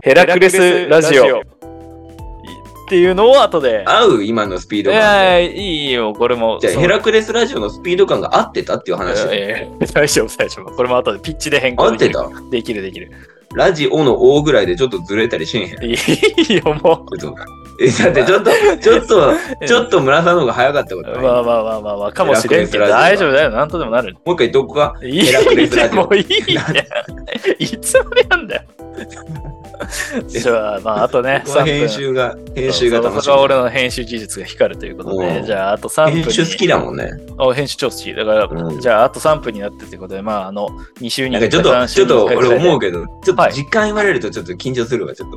[SPEAKER 1] ヘラクレスラジオ。っていうのを後で。
[SPEAKER 2] 合う今のスピー
[SPEAKER 1] い
[SPEAKER 2] ド感
[SPEAKER 1] や
[SPEAKER 2] で。
[SPEAKER 1] いいよ、これも。
[SPEAKER 2] じゃあ、
[SPEAKER 1] そう
[SPEAKER 2] ヘラクレスラジオのスピード感が合ってたっていう話。
[SPEAKER 1] いやいや大丈夫、大丈夫。これも後でピッチで変更
[SPEAKER 2] 合っ
[SPEAKER 1] でき
[SPEAKER 2] て
[SPEAKER 1] る。
[SPEAKER 2] た
[SPEAKER 1] できる、できる。
[SPEAKER 2] ラジオの O ぐらいでちょっとずれたりしんへん。ち
[SPEAKER 1] いいよ、も
[SPEAKER 2] ょっと。え、だって ちょっと、ちょっと、
[SPEAKER 1] う。
[SPEAKER 2] ちょっと村さんの方が早かったことない。
[SPEAKER 1] まあまあまあまあまあ、かもしれんけど、
[SPEAKER 2] ヘラクレ
[SPEAKER 1] 大
[SPEAKER 2] スラジ
[SPEAKER 1] 丈
[SPEAKER 2] オ
[SPEAKER 1] 夫だよ、なんとでもなる。
[SPEAKER 2] もう一回どこか
[SPEAKER 1] いい
[SPEAKER 2] ヘラクレスラ
[SPEAKER 1] ね、
[SPEAKER 2] ジオ
[SPEAKER 1] もういいね。いつまでなんだよ。じゃあ、まあ、あとね、
[SPEAKER 2] こ
[SPEAKER 1] 3
[SPEAKER 2] こは
[SPEAKER 1] 分。
[SPEAKER 2] 編集が、編集が楽し
[SPEAKER 1] そうそこは俺
[SPEAKER 2] み。
[SPEAKER 1] の編集技術が光るということで、
[SPEAKER 2] うん
[SPEAKER 1] じゃあ、あと3分に。
[SPEAKER 2] 編集好きだもんね。
[SPEAKER 1] あ編集超好き。だから、
[SPEAKER 2] うん
[SPEAKER 1] じゃあ、あと3分になってということで、まあ、あの、2週に
[SPEAKER 2] な
[SPEAKER 1] 1
[SPEAKER 2] んか
[SPEAKER 1] 回、
[SPEAKER 2] ち
[SPEAKER 1] 3週
[SPEAKER 2] ょっと、ちょっ
[SPEAKER 1] に1
[SPEAKER 2] と
[SPEAKER 1] 回ぐ
[SPEAKER 2] 俺
[SPEAKER 1] らいで
[SPEAKER 2] 思うけど、ちょっ
[SPEAKER 1] は
[SPEAKER 2] と
[SPEAKER 1] い
[SPEAKER 2] 時間言われるとちょっと緊張するわ、ちょっ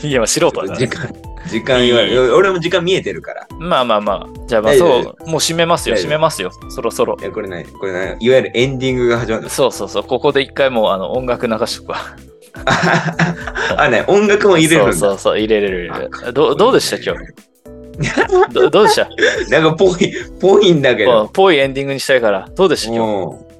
[SPEAKER 2] と。
[SPEAKER 1] いや、まあ素人
[SPEAKER 2] ちょっ
[SPEAKER 1] だな
[SPEAKER 2] と時。間、時間言われる。俺も時間見えてるから。
[SPEAKER 1] まあまあまあ。じゃあ、まあ、
[SPEAKER 2] 大丈
[SPEAKER 1] そ
[SPEAKER 2] 夫
[SPEAKER 1] う、もう締めますよ、
[SPEAKER 2] 大丈
[SPEAKER 1] 締
[SPEAKER 2] 夫
[SPEAKER 1] めますよ。そろそろ
[SPEAKER 2] い。や、これね、これね、いわゆるエンディングが始まる。
[SPEAKER 1] そうそうそう、ここで一回もうあの音楽流しとくわ。
[SPEAKER 2] あ、ね、音楽も入れるんだ。
[SPEAKER 1] そうそうそう、入れれる入れ
[SPEAKER 2] あ
[SPEAKER 1] る。どどうでした今日どどうでした
[SPEAKER 2] なんかぽい、ぽいんだけ
[SPEAKER 1] ぽ
[SPEAKER 2] ど。
[SPEAKER 1] いぽいエンディングにしたいから。どうでした今日
[SPEAKER 2] もう。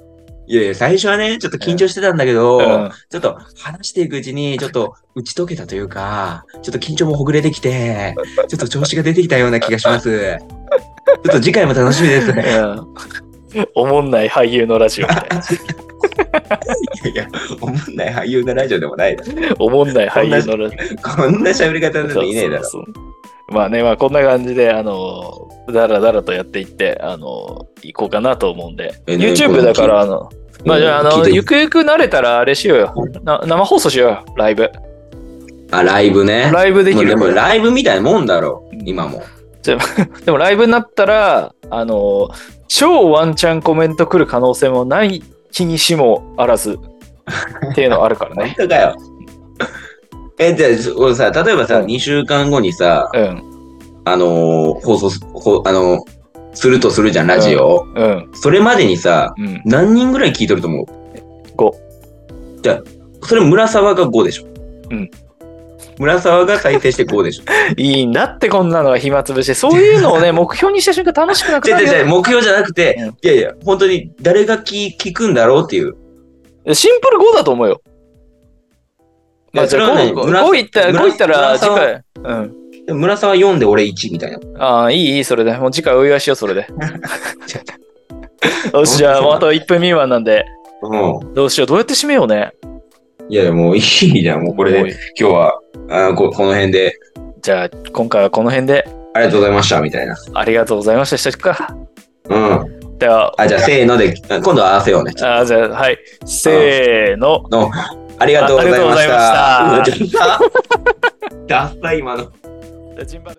[SPEAKER 2] いやいや、最初はね、ちょっと緊張してたんだけど、
[SPEAKER 1] うん
[SPEAKER 2] ちょっと話していくうちに、ちょっと打ち解けたというか、ちょっと緊張もほぐれてきて、ちょっと調子が出てきたような気がします。ちょっと次回も楽しみですね。
[SPEAKER 1] うんおもんない俳優のラ ジオみたいな。
[SPEAKER 2] いやいや、おもんない俳優のラジオでもないだろ。
[SPEAKER 1] おもんない俳優のラジ
[SPEAKER 2] こんな喋り方
[SPEAKER 1] オ。
[SPEAKER 2] なんていないだろ。
[SPEAKER 1] そうそうそうまあね、まあこんな感じで、あの、だらだらとやっていって、あの、行こうかなと思うんで。
[SPEAKER 2] えね
[SPEAKER 1] YouTube だから、あの、まあじゃあ、あの、
[SPEAKER 2] 聞いて
[SPEAKER 1] ゆくゆく慣れたらあれしようよ。な生放送しようよ、ライブ。
[SPEAKER 2] あ、ライブね。
[SPEAKER 1] ライブで
[SPEAKER 2] も
[SPEAKER 1] き
[SPEAKER 2] う
[SPEAKER 1] る
[SPEAKER 2] でもライブみたいなもんだろ
[SPEAKER 1] う、ん
[SPEAKER 2] 今も。
[SPEAKER 1] でもライブになったら、あの、超ワンチャンコメント来る可能性もない気にしもあらずっていうのあるから
[SPEAKER 2] 本
[SPEAKER 1] ね。
[SPEAKER 2] 当かよ。え、じゃあそうさ、例えばさ、
[SPEAKER 1] うん
[SPEAKER 2] 2週間後にさ、
[SPEAKER 1] うん、
[SPEAKER 2] あのー放送す、ほあのーするとするじゃん、ラジオを。
[SPEAKER 1] うん、
[SPEAKER 2] それまでにさ、
[SPEAKER 1] うん。
[SPEAKER 2] 何人ぐらい聞いとると思
[SPEAKER 1] 五
[SPEAKER 2] うじゃあ、それ村沢が5でしょ。
[SPEAKER 1] うん。
[SPEAKER 2] 村沢が再生して5でしょ。
[SPEAKER 1] いいんだってこんなのは暇つぶし。そういうのを ね、目標にした瞬間楽しくなく
[SPEAKER 2] じゃ
[SPEAKER 1] な
[SPEAKER 2] あじゃあじゃあ
[SPEAKER 1] るよ。
[SPEAKER 2] 目標じゃなくて、
[SPEAKER 1] うん
[SPEAKER 2] いやいや、本当に誰が聞聞くんだろうっていう。
[SPEAKER 1] シンプル5だと思うよ。まあ、
[SPEAKER 2] いや
[SPEAKER 1] じ
[SPEAKER 2] それ
[SPEAKER 1] ゃあ
[SPEAKER 2] はね
[SPEAKER 1] 5, 5
[SPEAKER 2] 村
[SPEAKER 1] いったら、
[SPEAKER 2] 村
[SPEAKER 1] 5いったら次
[SPEAKER 2] 村さんは
[SPEAKER 1] 回。うん。
[SPEAKER 2] でも村沢4で俺1みたいな。
[SPEAKER 1] ああ、いい、いい、それで。もう次回お祝いしよう、それ で。よし、じゃあ、もうあと1分未満なんで、
[SPEAKER 2] う
[SPEAKER 1] どうしよう、どうやって締めようね。
[SPEAKER 2] ん。いやいや、もういいじゃん。もうこれ
[SPEAKER 1] もうい
[SPEAKER 2] で、
[SPEAKER 1] い
[SPEAKER 2] 今日はあーこ、この辺で、
[SPEAKER 1] じゃあ、今回はこの辺で、
[SPEAKER 2] ありがとうございました、みたいな。
[SPEAKER 1] ありがとうございました。したっけか。
[SPEAKER 2] うん。
[SPEAKER 1] では、
[SPEAKER 2] あ、じゃあ、せーので、あ今度は合わせようね。
[SPEAKER 1] あーじゃあ、はい。せーの。
[SPEAKER 2] の、ありがとうございました。
[SPEAKER 1] あありがとうございま
[SPEAKER 2] ダッサい、今の。
[SPEAKER 1] ジンバル